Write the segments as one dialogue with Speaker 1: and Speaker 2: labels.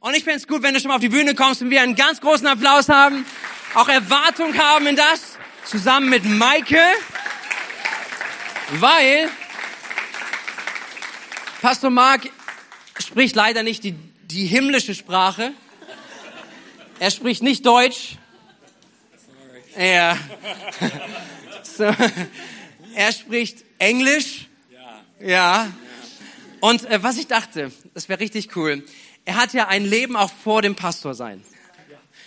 Speaker 1: Und ich find's gut, wenn du schon mal auf die Bühne kommst und wir einen ganz großen Applaus haben, auch Erwartung haben in das, zusammen mit Maike, weil Pastor Mark spricht leider nicht die, die himmlische Sprache. Er spricht nicht Deutsch. Er, so, er spricht Englisch. Ja. Und äh, was ich dachte, das wäre richtig cool. Er hat ja ein Leben auch vor dem Pastor sein.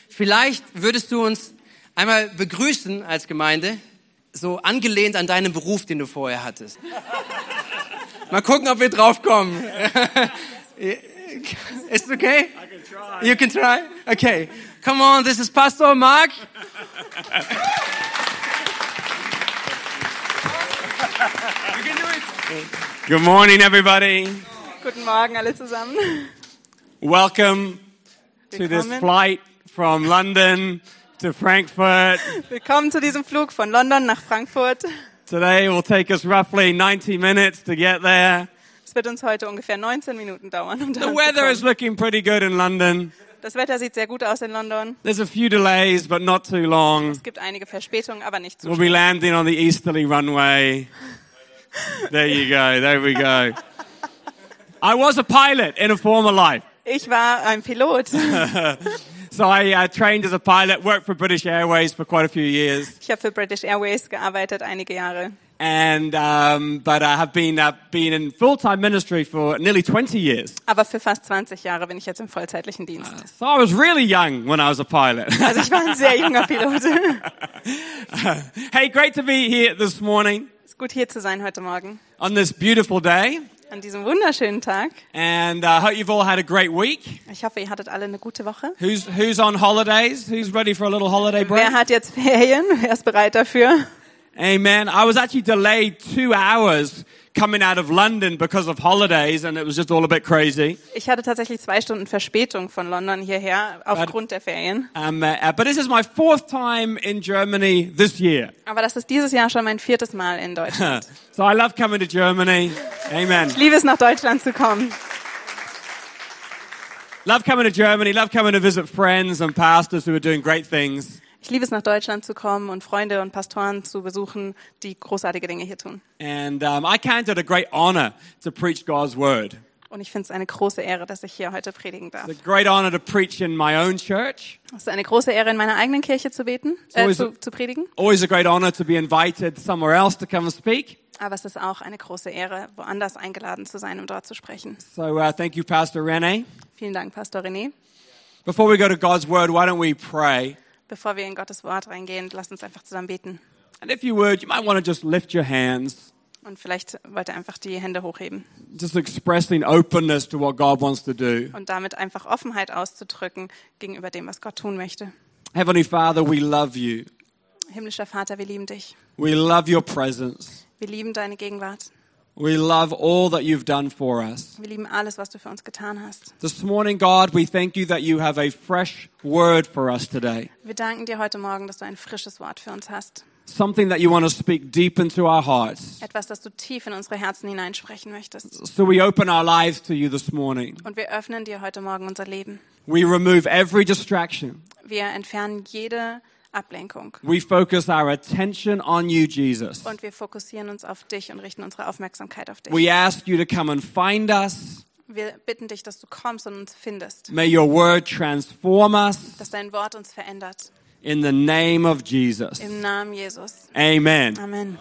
Speaker 1: Vielleicht würdest du uns einmal begrüßen als Gemeinde, so angelehnt an deinen Beruf, den du vorher hattest. Mal gucken, ob wir draufkommen. Ist okay? You can try? Okay. Come on, this is Pastor Mark.
Speaker 2: Good morning, everybody.
Speaker 3: Guten Morgen alle zusammen.
Speaker 2: Welcome to this
Speaker 3: Willkommen.
Speaker 2: flight from London to Frankfurt.
Speaker 3: Willkommen zu diesem Flug von London nach Frankfurt.
Speaker 2: Today will take us roughly 90 minutes to get there.
Speaker 3: Es wird uns heute ungefähr 19 Minuten dauern, um da
Speaker 2: The weather is
Speaker 3: anzukommen.
Speaker 2: looking pretty good in London.
Speaker 3: Das Wetter sieht sehr gut aus in London.
Speaker 2: There's a few delays, but not too long.
Speaker 3: Es gibt einige Verspätungen, aber nicht zu
Speaker 2: We'll be landing on the easterly runway. There you go. There we go. I was a pilot in a former life.
Speaker 3: Ich war ein Pilot.
Speaker 2: So I uh, trained as a pilot, worked for British Airways for quite a few years.
Speaker 3: Ich habe für British Airways gearbeitet einige Jahre.
Speaker 2: and um, but I have been uh, been in full time ministry for nearly 20 years.
Speaker 3: Aber für fast 20 Jahre bin ich jetzt im vollzeitlichen Dienst.
Speaker 2: So I was really young when I was a pilot.
Speaker 3: Also ich war ein sehr junger Pilot.
Speaker 2: hey, great to be here this morning
Speaker 3: Es ist gut hier zu sein heute Morgen
Speaker 2: on this beautiful day,
Speaker 3: an diesem wunderschönen Tag.
Speaker 2: and I hope you've all had a great week.
Speaker 3: Ich hoffe, ihr hattet alle eine gute Woche.
Speaker 2: Who's who's on holidays? Who's ready for a little holiday break?
Speaker 3: Wer hat jetzt Ferien? Wer ist bereit dafür?
Speaker 2: Amen. I was actually delayed two hours coming out of London because of holidays, and it was just all a bit crazy.
Speaker 3: Ich hatte tatsächlich zwei Stunden Verspätung von London hierher aufgrund der Ferien.
Speaker 2: Um, uh, but this is my fourth time in Germany this year.
Speaker 3: Aber das ist dieses Jahr schon mein viertes Mal in Deutschland.
Speaker 2: So I love coming to Germany. Amen.
Speaker 3: Ich liebe es, nach Deutschland zu kommen.
Speaker 2: Love coming to Germany. Love coming to visit friends and pastors who are doing great things.
Speaker 3: Ich liebe es, nach Deutschland zu kommen und Freunde und Pastoren zu besuchen, die großartige Dinge hier tun.
Speaker 2: And um, I count it a great honor to preach God's word.
Speaker 3: Und ich finde es eine große Ehre, dass ich hier heute predigen darf.
Speaker 2: It's a great honor to preach in my own church.
Speaker 3: Es ist eine große Ehre, in meiner eigenen Kirche zu beten, äh,
Speaker 2: Always a-
Speaker 3: zu, zu predigen.
Speaker 2: Always a great honor to be invited somewhere else to come and speak.
Speaker 3: Aber es ist auch eine große Ehre, woanders eingeladen zu sein, um dort zu sprechen.
Speaker 2: So uh, thank you, Pastor Rene.
Speaker 3: Vielen Dank, Pastor René.
Speaker 2: Before we go to God's word, why don't we pray?
Speaker 3: Bevor wir in Gottes Wort reingehen, lasst uns einfach zusammen beten.
Speaker 2: And if you would, you might want to just lift your hands,
Speaker 3: Und vielleicht wollt ihr einfach die Hände hochheben.
Speaker 2: just expressing openness to what God wants to do.
Speaker 3: und damit einfach Offenheit auszudrücken gegenüber dem, was Gott tun möchte.
Speaker 2: Heavenly Father, we love you.
Speaker 3: Himmlischer Vater, wir lieben dich.
Speaker 2: We love your presence.
Speaker 3: Wir lieben deine Gegenwart.
Speaker 2: We love all that you've done for us.
Speaker 3: Wir lieben alles, was du für uns getan hast.
Speaker 2: This morning, God, we thank you that you have a fresh word for us today.
Speaker 3: Wir danken dir heute Morgen, dass du ein frisches Wort für uns hast.
Speaker 2: Something that you want to speak deep into our hearts.
Speaker 3: Etwas, das du tief in unsere Herzen hineinsprechen möchtest.
Speaker 2: So we open our lives to you this morning.
Speaker 3: Und wir öffnen dir heute Morgen unser Leben.
Speaker 2: We remove every distraction.
Speaker 3: Wir entfernen jede Ablenkung.
Speaker 2: We focus our attention on you, Jesus.
Speaker 3: Und wir fokussieren uns auf dich und richten unsere Aufmerksamkeit auf dich.
Speaker 2: We ask you to come and find us.
Speaker 3: Wir bitten dich, dass du kommst und uns findest.
Speaker 2: May your word transform us
Speaker 3: Dass dein Wort uns verändert.
Speaker 2: in the name of Jesus.
Speaker 3: Im Namen Jesus.
Speaker 2: Amen.
Speaker 3: Amen.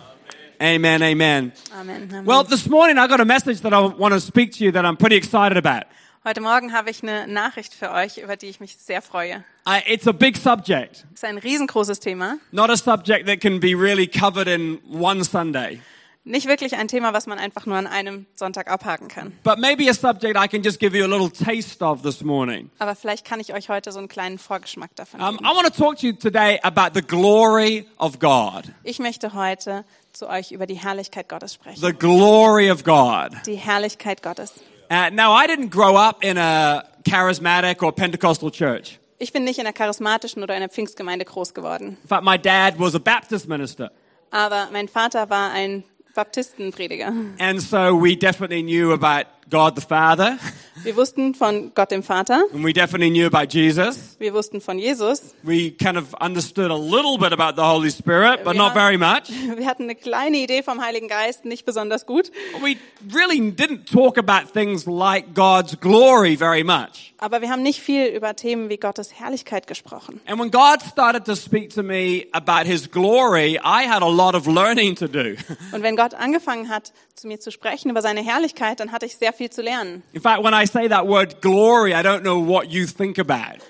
Speaker 2: Amen. Amen.
Speaker 3: Amen. Amen.
Speaker 2: Well, this morning I got a message that I want to speak to you that I'm pretty excited about.
Speaker 3: Heute Morgen habe ich eine Nachricht für euch, über die ich mich sehr freue.
Speaker 2: I, it's a big subject,
Speaker 3: Es ist ein riesengroßes Thema.
Speaker 2: not a subject that can be really covered in one Sunday,
Speaker 3: Nicht wirklich ein Thema, was man einfach nur an einem Sonntag abhaken kann.
Speaker 2: but maybe a subject I can just give you a little taste of this morning.
Speaker 3: Aber vielleicht kann ich euch heute so einen kleinen Vorgeschmack davon
Speaker 2: Um,
Speaker 3: geben.
Speaker 2: I want to talk to you today about the glory of God.
Speaker 3: Ich möchte heute zu euch über die Herrlichkeit Gottes
Speaker 2: The
Speaker 3: sprechen.
Speaker 2: glory of God.
Speaker 3: Die Herrlichkeit Gottes.
Speaker 2: Uh, now, I didn't grow up in a charismatic or Pentecostal church.
Speaker 3: Ich bin nicht in einer charismatischen oder einer Pfingstgemeinde groß geworden.
Speaker 2: In fact, my dad was a Baptist minister.
Speaker 3: Aber mein Vater war ein Baptistenprediger.
Speaker 2: And so we definitely knew about God the Father,
Speaker 3: Wir wussten von Gott dem Vater,
Speaker 2: and we definitely knew about Jesus.
Speaker 3: wir wussten von Jesus.
Speaker 2: We kind of understood a little bit about the Holy Spirit, but
Speaker 3: We
Speaker 2: not
Speaker 3: are-
Speaker 2: very much.
Speaker 3: Wir hatten eine kleine Idee vom Heiligen Geist, nicht besonders gut.
Speaker 2: We really didn't talk about things like God's glory very much.
Speaker 3: Aber wir haben nicht viel über Themen wie Gottes Herrlichkeit gesprochen.
Speaker 2: And when God started to speak to me about his glory, I had a lot of learning to do.
Speaker 3: Und wenn Gott angefangen hat, zu mir zu sprechen über seine Herrlichkeit, dann hatte ich sehr viel zu lernen.
Speaker 2: In fact, when I say that word glory, I don't know what you think about.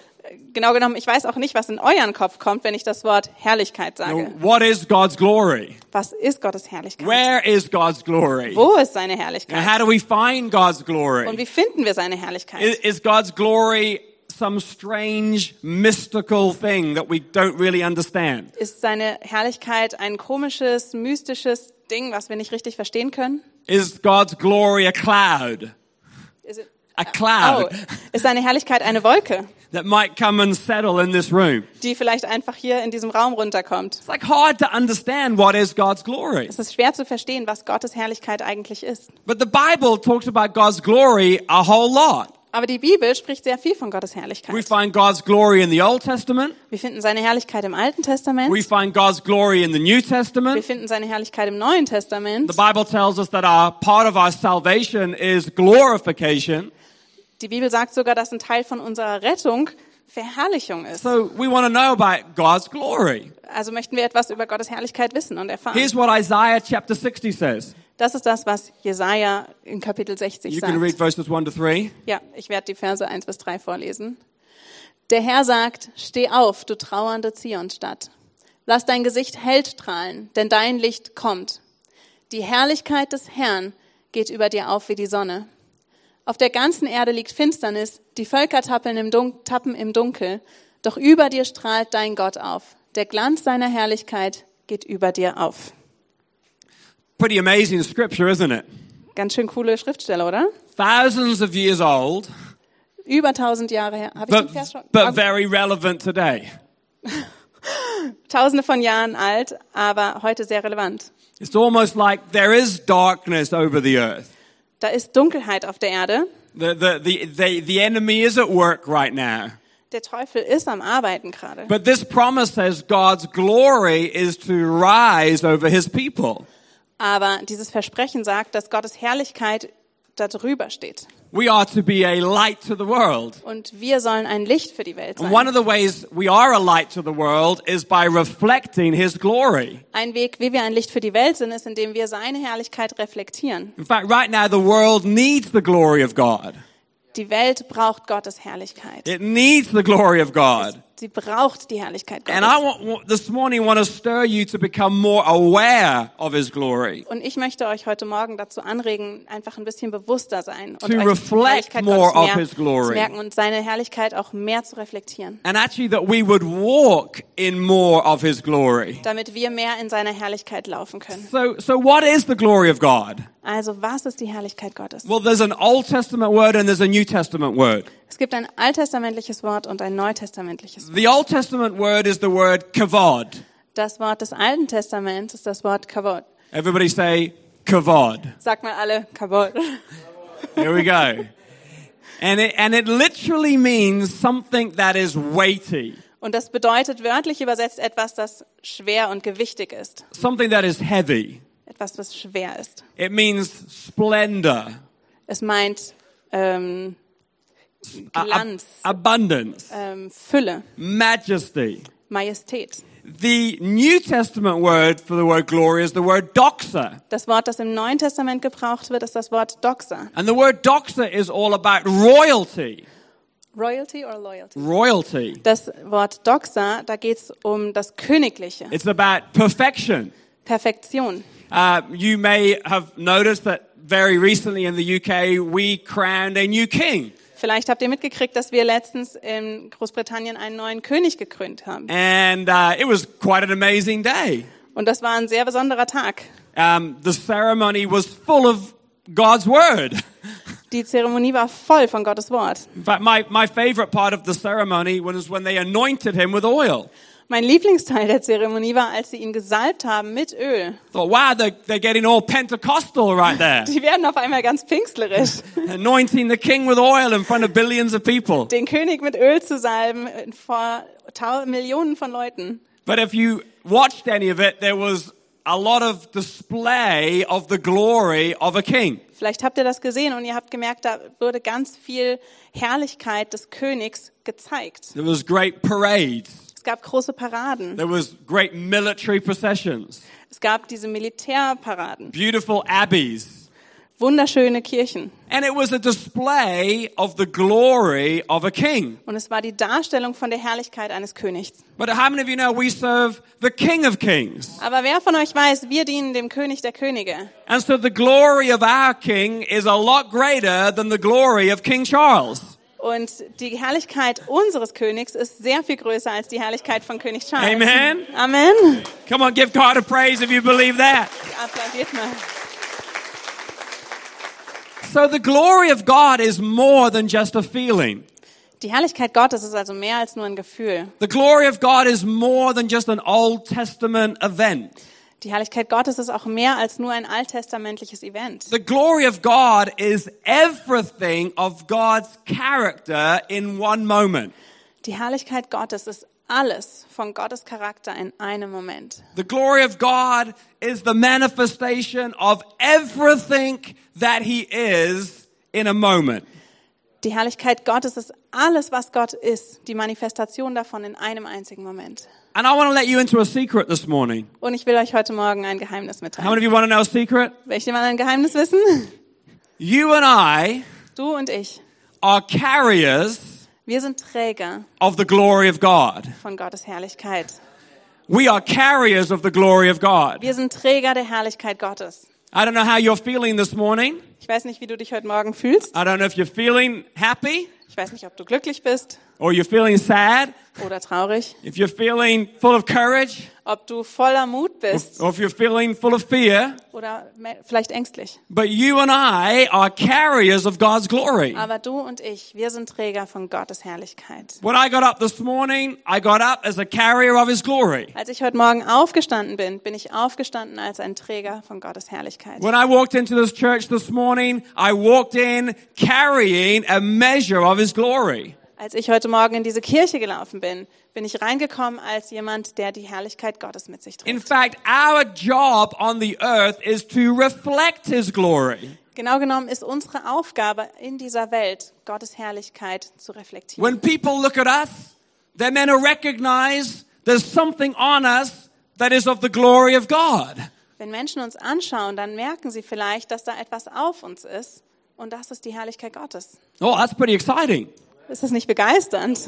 Speaker 3: Genau genommen, ich weiß auch nicht, was in euren Kopf kommt, wenn ich das Wort Herrlichkeit
Speaker 2: You know,
Speaker 3: sage.
Speaker 2: What is God's glory?
Speaker 3: Was ist Gottes Herrlichkeit?
Speaker 2: Where is God's glory?
Speaker 3: Wo ist seine
Speaker 2: And
Speaker 3: Herrlichkeit?
Speaker 2: how do we find God's
Speaker 3: Und
Speaker 2: glory?
Speaker 3: wie finden wir seine
Speaker 2: Is,
Speaker 3: Herrlichkeit?
Speaker 2: is God's glory some strange, mystical thing that we don't really understand?
Speaker 3: Ist seine Herrlichkeit ein komisches, mystisches Ding, was wir nicht richtig verstehen können?
Speaker 2: Is God's glory a cloud?
Speaker 3: Ist es-
Speaker 2: A
Speaker 3: Oh,
Speaker 2: cloud
Speaker 3: ist seine Herrlichkeit eine Wolke,
Speaker 2: that might come and settle in this room.
Speaker 3: die vielleicht einfach hier in diesem Raum runterkommt?
Speaker 2: It's like hard to understand what is God's glory.
Speaker 3: Es ist schwer zu verstehen, was Gottes Herrlichkeit eigentlich ist.
Speaker 2: But the Bible talks about God's glory a whole lot.
Speaker 3: Aber die Bibel spricht sehr viel von Gottes
Speaker 2: We
Speaker 3: Herrlichkeit.
Speaker 2: find God's glory in the Old Testament.
Speaker 3: Wir finden seine Herrlichkeit im Alten Testament.
Speaker 2: We find God's glory in the New
Speaker 3: Wir
Speaker 2: Testament.
Speaker 3: finden seine Herrlichkeit im Neuen Testament.
Speaker 2: The Bible tells us that our part of our salvation is glorification.
Speaker 3: Die Bibel sagt sogar, dass ein Teil von unserer Rettung Verherrlichung ist.
Speaker 2: So we want to know about God's glory.
Speaker 3: Also möchten wir etwas über Gottes Herrlichkeit wissen und erfahren.
Speaker 2: Here's what Isaiah chapter 60 says.
Speaker 3: Das ist das, was Jesaja in Kapitel 60
Speaker 2: You can
Speaker 3: sagt.
Speaker 2: read verses 1 to 3.
Speaker 3: Ja, ich werde die Verse 1 bis 3 vorlesen. Der Herr sagt, steh auf, du trauernde Zionstadt. Lass dein Gesicht hell strahlen, denn dein Licht kommt. Die Herrlichkeit des Herrn geht über dir auf wie die Sonne. Auf der ganzen Erde liegt Finsternis, die Völker tappeln im Dun tappen im Dunkel, doch über dir strahlt dein Gott auf. Der Glanz seiner Herrlichkeit geht über dir auf.
Speaker 2: Pretty amazing scripture, isn't it?
Speaker 3: Ganz schön coole Schriftstelle, oder?
Speaker 2: Thousands of years old,
Speaker 3: Über 1000 Jahre her. Habe ich den
Speaker 2: but,
Speaker 3: Vers schon?
Speaker 2: but very relevant today.
Speaker 3: Tausende von Jahren alt, aber heute sehr relevant.
Speaker 2: It's almost like there is darkness over the earth.
Speaker 3: Da ist Dunkelheit auf der Erde.
Speaker 2: The, the, the, the, the enemy is at work right now.
Speaker 3: Der Teufel ist am Arbeiten gerade.
Speaker 2: But this promise says God's glory is to rise over his people.
Speaker 3: Aber dieses Versprechen sagt, dass Gottes Herrlichkeit da drüber steht.
Speaker 2: We are to be a light to the world.
Speaker 3: Und wir sollen ein Licht für die Welt
Speaker 2: And one
Speaker 3: sein.
Speaker 2: of the ways we are a light to the world is by reflecting his glory.
Speaker 3: Ein Weg, wie wir ein Licht für die Welt sind, ist, indem wir seine Herrlichkeit reflektieren.
Speaker 2: In fact, right now the world needs the glory of God.
Speaker 3: Die Welt braucht Gottes Herrlichkeit.
Speaker 2: It needs the glory of God.
Speaker 3: Sie braucht die Herrlichkeit
Speaker 2: And I
Speaker 3: Gottes.
Speaker 2: want, want- this morning want to stir you to become more aware of his glory,
Speaker 3: Und ich möchte euch heute Morgen dazu anregen, einfach ein bisschen bewusster sein und
Speaker 2: To
Speaker 3: euch die
Speaker 2: reflect
Speaker 3: Herrlichkeit
Speaker 2: more
Speaker 3: Gottes
Speaker 2: of
Speaker 3: mehr
Speaker 2: his glory.
Speaker 3: zu merken und seine Herrlichkeit auch mehr zu reflektieren.
Speaker 2: and actually that we would walk in more of his glory.
Speaker 3: damit wir mehr in seiner Herrlichkeit laufen können.
Speaker 2: So, so what is the glory of God?
Speaker 3: Also was ist die Herrlichkeit Gottes?
Speaker 2: Well, there's an Old Testament word and there's a New Testament word.
Speaker 3: Es gibt ein alttestamentliches Wort und ein neutestamentliches. Wort.
Speaker 2: The Old Testament word is the word kavod.
Speaker 3: Das Wort des Alten Testaments ist das Wort Kavod.
Speaker 2: Everybody say kavod.
Speaker 3: Sagt mal alle Kavod.
Speaker 2: Here we go. And it, and it literally means something that is weighty,
Speaker 3: Und das bedeutet wörtlich übersetzt etwas, das schwer und gewichtig ist.
Speaker 2: something that is heavy.
Speaker 3: Etwas, was schwer ist.
Speaker 2: It means splendor,
Speaker 3: Es meint ähm,
Speaker 2: a-
Speaker 3: Glanz,
Speaker 2: abundance,
Speaker 3: ähm, Fülle,
Speaker 2: majesty.
Speaker 3: Majestät.
Speaker 2: The New Testament word for the word glory is the word doxa.
Speaker 3: Das Wort, das im Neuen Testament gebraucht wird, ist das Wort Doxa.
Speaker 2: And the word doxa is all about royalty.
Speaker 3: Royalty or Loyalty?
Speaker 2: Royalty.
Speaker 3: Das Wort Doxa, da geht's um das Königliche,
Speaker 2: It's about perfection.
Speaker 3: Perfektion.
Speaker 2: Uh, you may have noticed that very recently in the UK we crowned a new king,
Speaker 3: Vielleicht habt ihr mitgekriegt, dass wir letztens in Großbritannien einen neuen König gekrönt haben.
Speaker 2: and uh, it was quite an amazing day.
Speaker 3: Und das war ein sehr besonderer Tag.
Speaker 2: Um, the ceremony was full of God's word.
Speaker 3: Die Zeremonie war voll von Gottes Wort.
Speaker 2: In fact, my, my favorite part of the ceremony was when they anointed him with oil.
Speaker 3: Mein Lieblingsteil der Zeremonie war, als sie ihn gesalbt haben mit Öl.
Speaker 2: Thought, wow, they're, they're getting all Pentecostal right there.
Speaker 3: Die werden auf einmal ganz pinkslerisch.
Speaker 2: Anointing the king with oil in front of billions of people.
Speaker 3: Den König mit Öl zu salben äh, vor tau- Millionen von Leuten.
Speaker 2: But if you watched any of it, there was a lot of display of the glory of a king.
Speaker 3: Vielleicht habt ihr das gesehen und ihr habt gemerkt, da wurde ganz viel Herrlichkeit des Königs gezeigt.
Speaker 2: There was great parades.
Speaker 3: Es gab große Paraden.
Speaker 2: There was great military processions.
Speaker 3: Es gab diese Militärparaden.
Speaker 2: Beautiful abbeys.
Speaker 3: Wunderschöne Kirchen.
Speaker 2: And it was a display of the glory of a king.
Speaker 3: Und es war die Darstellung von der Herrlichkeit eines Königs.
Speaker 2: But how many of you know we serve the King of Kings?
Speaker 3: Aber wer von euch weiß, wir dienen dem König der Könige.
Speaker 2: And so the glory of our King is a lot greater than the glory of King Charles.
Speaker 3: Und die Herrlichkeit unseres Königs ist sehr viel größer als die Herrlichkeit von König Charles.
Speaker 2: Amen.
Speaker 3: Amen.
Speaker 2: Come on, give God a praise if you believe that.
Speaker 3: Applaudiert mal.
Speaker 2: So the glory of God is more than just a feeling.
Speaker 3: Die Herrlichkeit Gottes ist also mehr als nur ein Gefühl.
Speaker 2: The glory of God is more than just an Old Testament event.
Speaker 3: Die Herrlichkeit Gottes ist auch mehr als nur ein alttestamentliches Event.
Speaker 2: The glory of God is everything of God's character in one moment.
Speaker 3: Die Herrlichkeit Gottes ist alles von Gottes Charakter in einem Moment.
Speaker 2: The glory of God is the manifestation of everything that He is in a moment.
Speaker 3: Die Herrlichkeit Gottes ist alles, was Gott ist, die Manifestation davon in einem einzigen Moment.
Speaker 2: And I want to let you into a secret this morning.
Speaker 3: Und ich will euch heute Morgen ein Geheimnis
Speaker 2: How many
Speaker 3: mitteilen.
Speaker 2: of you want to know a secret?
Speaker 3: Will ich jemand ein Geheimnis wissen?
Speaker 2: You and I
Speaker 3: Du und ich,
Speaker 2: are carriers
Speaker 3: wir sind Träger
Speaker 2: of the glory of God.
Speaker 3: von Gottes Herrlichkeit.
Speaker 2: We are carriers of the glory of God.
Speaker 3: Wir sind Träger der Herrlichkeit Gottes.
Speaker 2: I don't know how you're feeling this morning.
Speaker 3: Ich weiß nicht, wie du dich heute Morgen fühlst.
Speaker 2: I don't know if you're feeling happy
Speaker 3: Ich weiß nicht, ob du glücklich bist
Speaker 2: or you're feeling sad,
Speaker 3: oder traurig,
Speaker 2: if you're feeling full of courage
Speaker 3: ob du voller Mut bist
Speaker 2: or if you're feeling full of fear.
Speaker 3: oder me- vielleicht ängstlich.
Speaker 2: But you and I are carriers of God's glory.
Speaker 3: Aber du und ich, wir sind Träger von Gottes Herrlichkeit.
Speaker 2: When I got up this morning, I got up as a carrier of His glory.
Speaker 3: Als ich heute Morgen aufgestanden bin, bin ich aufgestanden als ein Träger von Gottes Herrlichkeit.
Speaker 2: When I walked into this church this morning, I walked in carrying a measure of His glory.
Speaker 3: Als ich heute Morgen in diese Kirche gelaufen bin, bin ich reingekommen als jemand, der die Herrlichkeit Gottes mit sich
Speaker 2: In
Speaker 3: trägt.
Speaker 2: fact, our job on the earth is to reflect His glory.
Speaker 3: Genau genommen ist unsere Aufgabe in dieser Welt, Gottes Herrlichkeit zu reflektieren.
Speaker 2: When people look at us, they're meant to recognize there's something on us that is of the glory of God.
Speaker 3: Wenn Menschen uns anschauen, dann merken sie vielleicht, dass da etwas auf uns ist. Und das ist die Herrlichkeit Gottes.
Speaker 2: Oh, that's pretty exciting.
Speaker 3: Ist das nicht begeisternd?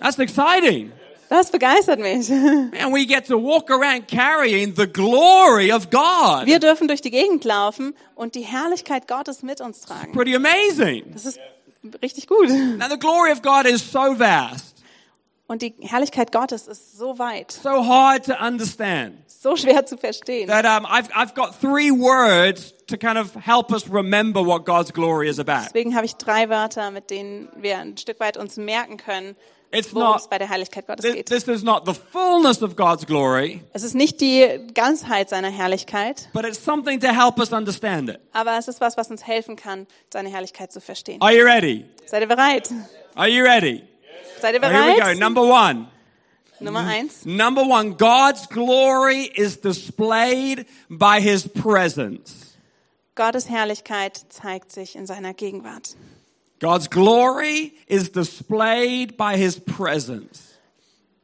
Speaker 2: That's exciting.
Speaker 3: Das begeistert mich.
Speaker 2: And we get to walk around carrying the glory of God.
Speaker 3: Wir dürfen durch die Gegend laufen und die Herrlichkeit Gottes mit uns tragen.
Speaker 2: Pretty amazing.
Speaker 3: Das ist richtig gut.
Speaker 2: Now the glory of God is so vast,
Speaker 3: Und die Herrlichkeit Gottes ist so weit,
Speaker 2: so hard to understand
Speaker 3: so schwer zu verstehen.
Speaker 2: that um, I've, I've got three words to kind of help us remember what God's glory is about.
Speaker 3: Deswegen habe ich drei Wörter, mit denen wir ein Stück weit uns merken können,
Speaker 2: It's
Speaker 3: worum
Speaker 2: not-
Speaker 3: es bei der Herrlichkeit Gottes
Speaker 2: This,
Speaker 3: geht.
Speaker 2: this is not the fullness of God's glory,
Speaker 3: Es ist nicht die Ganzheit seiner Herrlichkeit,
Speaker 2: but it's something to help us understand it.
Speaker 3: aber es ist was, was uns helfen kann, seine Herrlichkeit zu verstehen.
Speaker 2: Are you ready?
Speaker 3: Seid ihr bereit?
Speaker 2: Are you ready?
Speaker 3: Seid ihr
Speaker 2: Well, here we go.
Speaker 3: bereit?
Speaker 2: Number one.
Speaker 3: Nummer eins.
Speaker 2: Number one, God's glory is displayed by his presence.
Speaker 3: Gottes Herrlichkeit zeigt sich in seiner Gegenwart.
Speaker 2: God's glory is displayed by his presence.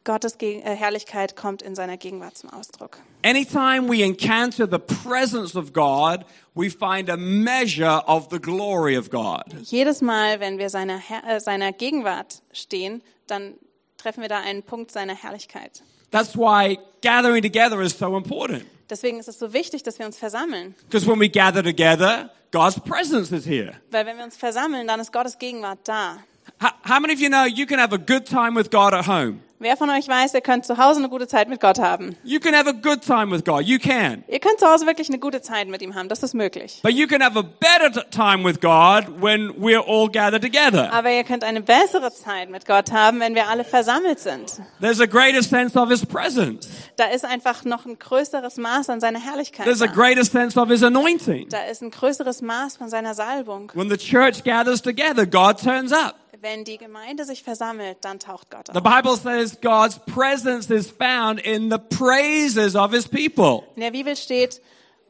Speaker 3: Gottes Gegen- äh, Herrlichkeit kommt in seiner Gegenwart zum Ausdruck.
Speaker 2: Anytime we encounter the presence of God, we find a measure of the glory of God.
Speaker 3: Jedes Mal, wenn wir seiner, Her äh, seiner Gegenwart stehen, dann treffen wir da einen Punkt seiner Herrlichkeit.
Speaker 2: That's why gathering together is so important.
Speaker 3: Deswegen ist es so wichtig, dass wir uns versammeln.
Speaker 2: Because when we gather together, God's presence is here.
Speaker 3: Weil wenn wir uns versammeln, dann ist Gottes Gegenwart da.
Speaker 2: How, how many of you know you can have a good time with God at home?
Speaker 3: Wer von euch weiß, ihr könnt zu Hause eine gute Zeit mit Gott haben.
Speaker 2: You can have a good time with God. You can.
Speaker 3: Ihr könnt zu Hause wirklich eine gute Zeit mit ihm haben. Das ist möglich.
Speaker 2: But you can have a better t- time with God when we're all gathered together.
Speaker 3: Aber ihr könnt eine bessere Zeit mit Gott haben, wenn wir alle versammelt sind.
Speaker 2: There's a greater sense of His presence.
Speaker 3: Da ist einfach noch ein größeres Maß an seiner Herrlichkeit.
Speaker 2: There's a
Speaker 3: Da.
Speaker 2: greater sense of His anointing.
Speaker 3: da ist ein größeres Maß von seiner Salbung.
Speaker 2: When the church gathers together, God turns up.
Speaker 3: Wenn die Gemeinde sich versammelt, dann taucht Gott
Speaker 2: The
Speaker 3: auf.
Speaker 2: Bible says God's presence is found in the praises of His people.
Speaker 3: In der Bibel steht,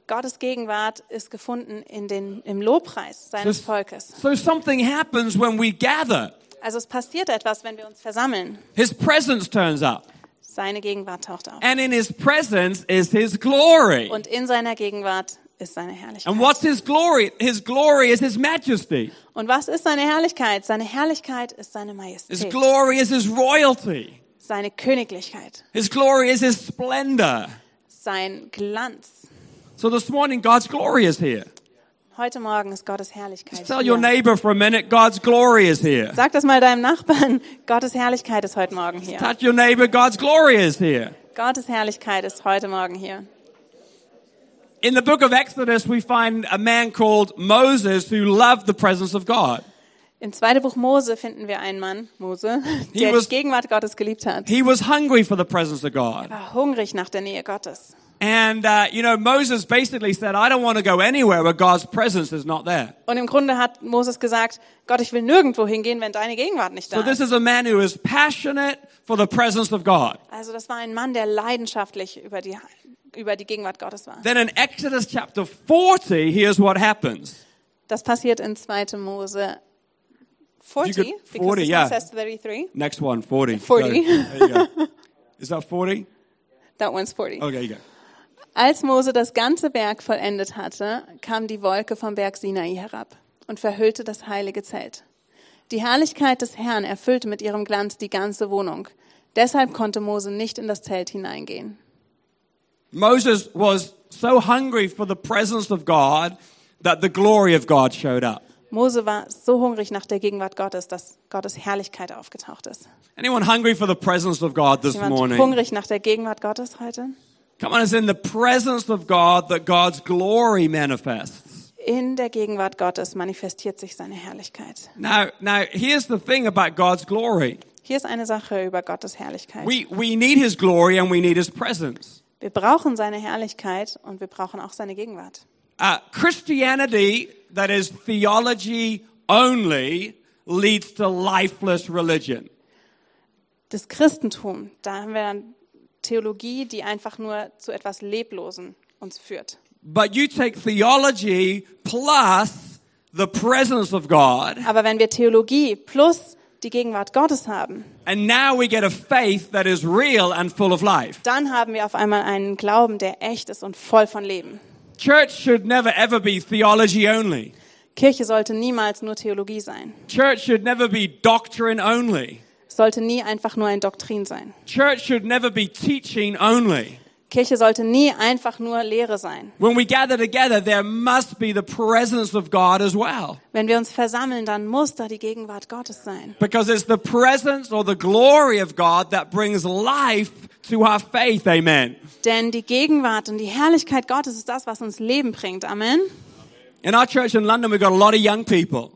Speaker 3: Gottes Gegenwart ist gefunden in den, im Lobpreis seines Volkes.
Speaker 2: So something happens when we gather.
Speaker 3: Also es passiert etwas, wenn wir uns versammeln.
Speaker 2: His presence turns up.
Speaker 3: Seine Gegenwart taucht auf.
Speaker 2: And in His presence is His glory.
Speaker 3: Und in seiner Gegenwart ist seine
Speaker 2: And what's
Speaker 3: Herrlichkeit.
Speaker 2: His glory? His glory is His majesty.
Speaker 3: Und was ist seine Herrlichkeit? Seine Herrlichkeit ist seine
Speaker 2: His
Speaker 3: Majestät,
Speaker 2: glory is His royalty.
Speaker 3: seine Königlichkeit,
Speaker 2: His glory is His splendor.
Speaker 3: sein Glanz.
Speaker 2: So this morning, God's glory is here.
Speaker 3: Heute Morgen ist Gottes Herrlichkeit.
Speaker 2: Tell your
Speaker 3: Hier.
Speaker 2: neighbor for a minute, God's glory is here.
Speaker 3: Sag das mal deinem Nachbarn. Gottes Herrlichkeit ist heute Morgen hier.
Speaker 2: Touch your neighbor, God's glory is here.
Speaker 3: Gottes Herrlichkeit ist heute Morgen hier.
Speaker 2: In the book of Exodus, we find a man called Moses who loved the presence of God.
Speaker 3: Im zweiten Buch Mose finden wir einen Mann, Mose,
Speaker 2: He
Speaker 3: der
Speaker 2: was-
Speaker 3: die Gegenwart Gottes geliebt hat.
Speaker 2: He was hungry for the presence of God.
Speaker 3: War hungrig nach der Nähe Gottes.
Speaker 2: And, uh, you know, Moses basically said, I don't want to go anywhere where God's presence is not there.
Speaker 3: Und im Grunde hat Moses gesagt, Gott, ich will nirgendwo hingehen, wenn deine Gegenwart nicht da
Speaker 2: So this
Speaker 3: ist.
Speaker 2: is a man who is passionate for the presence of God.
Speaker 3: Also das war ein Mann, der leidenschaftlich über die, über die Gegenwart Gottes war.
Speaker 2: Then in Exodus chapter 40, here's what happens.
Speaker 3: Das passiert in 2. Mose
Speaker 2: You
Speaker 3: 40,
Speaker 2: could-
Speaker 3: because
Speaker 2: 40,
Speaker 3: this
Speaker 2: yeah.
Speaker 3: one says 33.
Speaker 2: Next one, 40.
Speaker 3: 40.
Speaker 2: Go. There you go. Is that 40?
Speaker 3: That one's 40.
Speaker 2: Okay, you go.
Speaker 3: Als Mose das ganze Berg vollendet hatte, kam die Wolke vom Berg Sinai herab und verhüllte das heilige Zelt. Die Herrlichkeit des Herrn erfüllte mit ihrem Glanz die ganze Wohnung. Deshalb konnte Mose nicht in das Zelt hineingehen.
Speaker 2: Moses was so hungry for the presence of God that the glory of God showed up.
Speaker 3: Mose war so hungrig nach der Gegenwart Gottes, dass Gottes Herrlichkeit aufgetaucht ist.
Speaker 2: Anyone hungry for the presence of God this
Speaker 3: Jemand
Speaker 2: morning?
Speaker 3: hungrig nach der Gegenwart Gottes heute?
Speaker 2: Come on, it's in the presence of God that God's glory manifests.
Speaker 3: In der Gegenwart Gottes manifestiert sich seine Herrlichkeit.
Speaker 2: Now, now here's the thing about God's glory.
Speaker 3: Hier ist eine Sache über Gottes Herrlichkeit.
Speaker 2: We we need his glory and we need his presence.
Speaker 3: Wir brauchen seine Herrlichkeit und wir brauchen auch seine Gegenwart.
Speaker 2: Uh, Christianity that is theology only leads to lifeless religion.
Speaker 3: das Christentum, da haben wir dann Theologie, die einfach nur zu etwas Leblosen uns führt.
Speaker 2: But you take theology plus the presence of God,
Speaker 3: Aber wenn wir Theologie plus die Gegenwart Gottes haben,
Speaker 2: and now we get a faith that is real and full of life.
Speaker 3: dann haben wir auf einmal einen Glauben, der echt ist und voll von Leben.
Speaker 2: Church should never ever be theology only.
Speaker 3: Kirche sollte niemals nur Theologie sein.
Speaker 2: Church should never be doctrine only.
Speaker 3: Es sollte nie einfach nur ein Doktrin sein.
Speaker 2: Church should never be teaching only.
Speaker 3: Kirche sollte nie einfach nur Lehre sein.
Speaker 2: When we gather together, there must be the presence of God as well.
Speaker 3: Wenn wir uns versammeln, dann muss da die Gegenwart Gottes sein.
Speaker 2: Because it's the presence or the glory of God that brings life to our faith. Amen.
Speaker 3: Denn die Gegenwart und die Herrlichkeit Gottes ist das, was uns Leben bringt. Amen.
Speaker 2: In our church in London, we've got a lot of young people.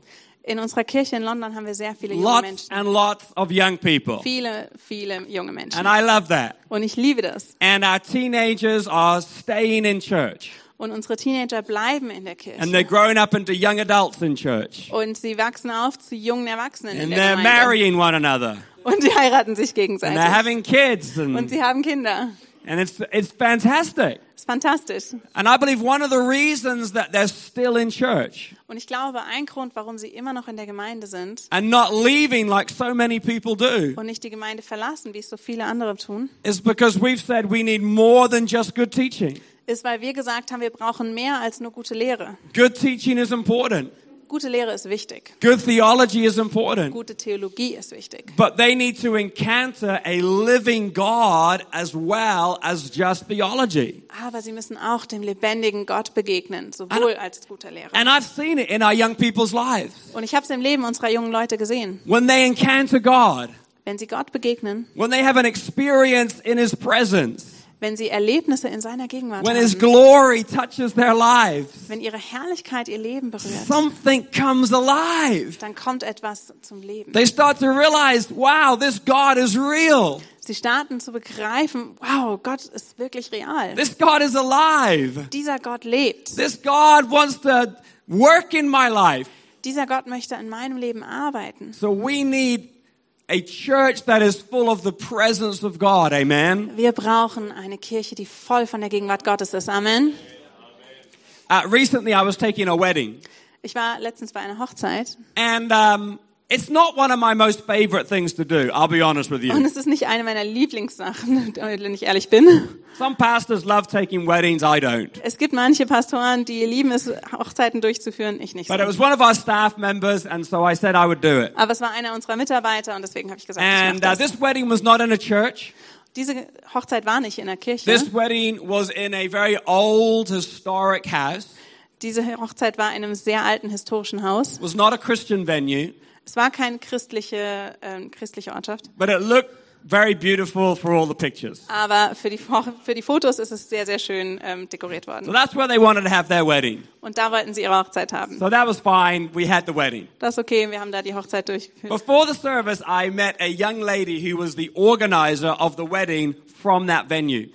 Speaker 3: In unserer Kirche in London haben wir sehr viele junge
Speaker 2: Lots
Speaker 3: Menschen.
Speaker 2: and lots of young people.
Speaker 3: viele, viele junge Menschen.
Speaker 2: And I love that.
Speaker 3: Und ich liebe das.
Speaker 2: And our teenagers are staying in church.
Speaker 3: Und unsere Teenager bleiben in der
Speaker 2: And
Speaker 3: Kirche.
Speaker 2: they're growing up into young adults in church.
Speaker 3: Und sie wachsen auf zu jungen Erwachsenen in
Speaker 2: And
Speaker 3: der
Speaker 2: they're
Speaker 3: Gemeinde.
Speaker 2: marrying one another.
Speaker 3: Und die heiraten sich
Speaker 2: And they're
Speaker 3: gegenseitig.
Speaker 2: having kids.
Speaker 3: Und
Speaker 2: And,
Speaker 3: sie haben Kinder.
Speaker 2: and it's, it's fantastic.
Speaker 3: Ist fantastisch.
Speaker 2: And I believe one of the reasons that they're still in church
Speaker 3: Und ich glaube, ein Grund, warum sie immer noch in der Gemeinde sind
Speaker 2: and not leaving like so many people do
Speaker 3: und nicht die Gemeinde verlassen, wie es so viele andere tun,
Speaker 2: is because we've said we need more than just good teaching.
Speaker 3: ist, weil wir gesagt haben, wir brauchen mehr als nur gute Lehre.
Speaker 2: Good teaching is important.
Speaker 3: Gute Lehre ist wichtig.
Speaker 2: Good theology is important.
Speaker 3: Gute Theologie ist wichtig.
Speaker 2: But they need to encounter a living God as well as just theology.
Speaker 3: Aber sie müssen auch dem lebendigen Gott begegnen, sowohl als guter Lehrer.
Speaker 2: And I've seen it in our young people's lives.
Speaker 3: Und ich habe es im Leben unserer jungen Leute gesehen.
Speaker 2: When they encounter God,
Speaker 3: Wenn sie Gott begegnen,
Speaker 2: when they have an experience in His presence,
Speaker 3: wenn sie Erlebnisse in seiner Gegenwart
Speaker 2: when His
Speaker 3: haben,
Speaker 2: glory touches their lives,
Speaker 3: wenn ihre Herrlichkeit ihr Leben berührt,
Speaker 2: something comes alive.
Speaker 3: dann kommt etwas zum Leben.
Speaker 2: They start to realize, wow, this God is real.
Speaker 3: Sie starten zu begreifen, wow, Gott ist wirklich real.
Speaker 2: This God is alive.
Speaker 3: Dieser Gott lebt.
Speaker 2: This God wants to work in my life.
Speaker 3: Dieser Gott möchte in meinem Leben arbeiten.
Speaker 2: So we need a church that is full of the presence of God. Amen.
Speaker 3: Wir brauchen eine Kirche, die voll von der Gegenwart Gottes ist. Amen.
Speaker 2: Uh, recently, I was taking a wedding,
Speaker 3: Ich war letztens bei einer Hochzeit
Speaker 2: and um, it's not one of my most favorite things to do. I'll be honest with
Speaker 3: und
Speaker 2: you.
Speaker 3: es ist nicht eine meiner Lieblingssachen, wenn ich ehrlich bin.
Speaker 2: Some pastors love taking weddings. I don't.
Speaker 3: Es gibt manche Pastoren, die lieben es, Hochzeiten durchzuführen, ich nicht. So.
Speaker 2: But it was one of our staff members, and so I said I would do it.
Speaker 3: Aber es war einer unserer Mitarbeiter und deswegen habe ich gesagt, ich mach
Speaker 2: And uh,
Speaker 3: das.
Speaker 2: this wedding was not in a church.
Speaker 3: Diese Hochzeit war nicht in der Kirche.
Speaker 2: This wedding was in a very old historic house.
Speaker 3: Diese Hochzeit war in einem sehr alten historischen Haus.
Speaker 2: It was not a Christian venue,
Speaker 3: Es war keine christliche, ähm, christliche Ortschaft.
Speaker 2: but it looked very beautiful for all the pictures.
Speaker 3: Aber für die, Fo- für die Fotos ist es sehr, sehr schön ähm, dekoriert
Speaker 2: So
Speaker 3: worden.
Speaker 2: that's where they wanted to have their wedding.
Speaker 3: Und da wollten sie ihre Hochzeit haben.
Speaker 2: So that was fine. We had the wedding.
Speaker 3: Das ist okay, wir haben da die Hochzeit durchgeführt.
Speaker 2: Before the service, I met a young lady who was the organizer of the wedding from that venue.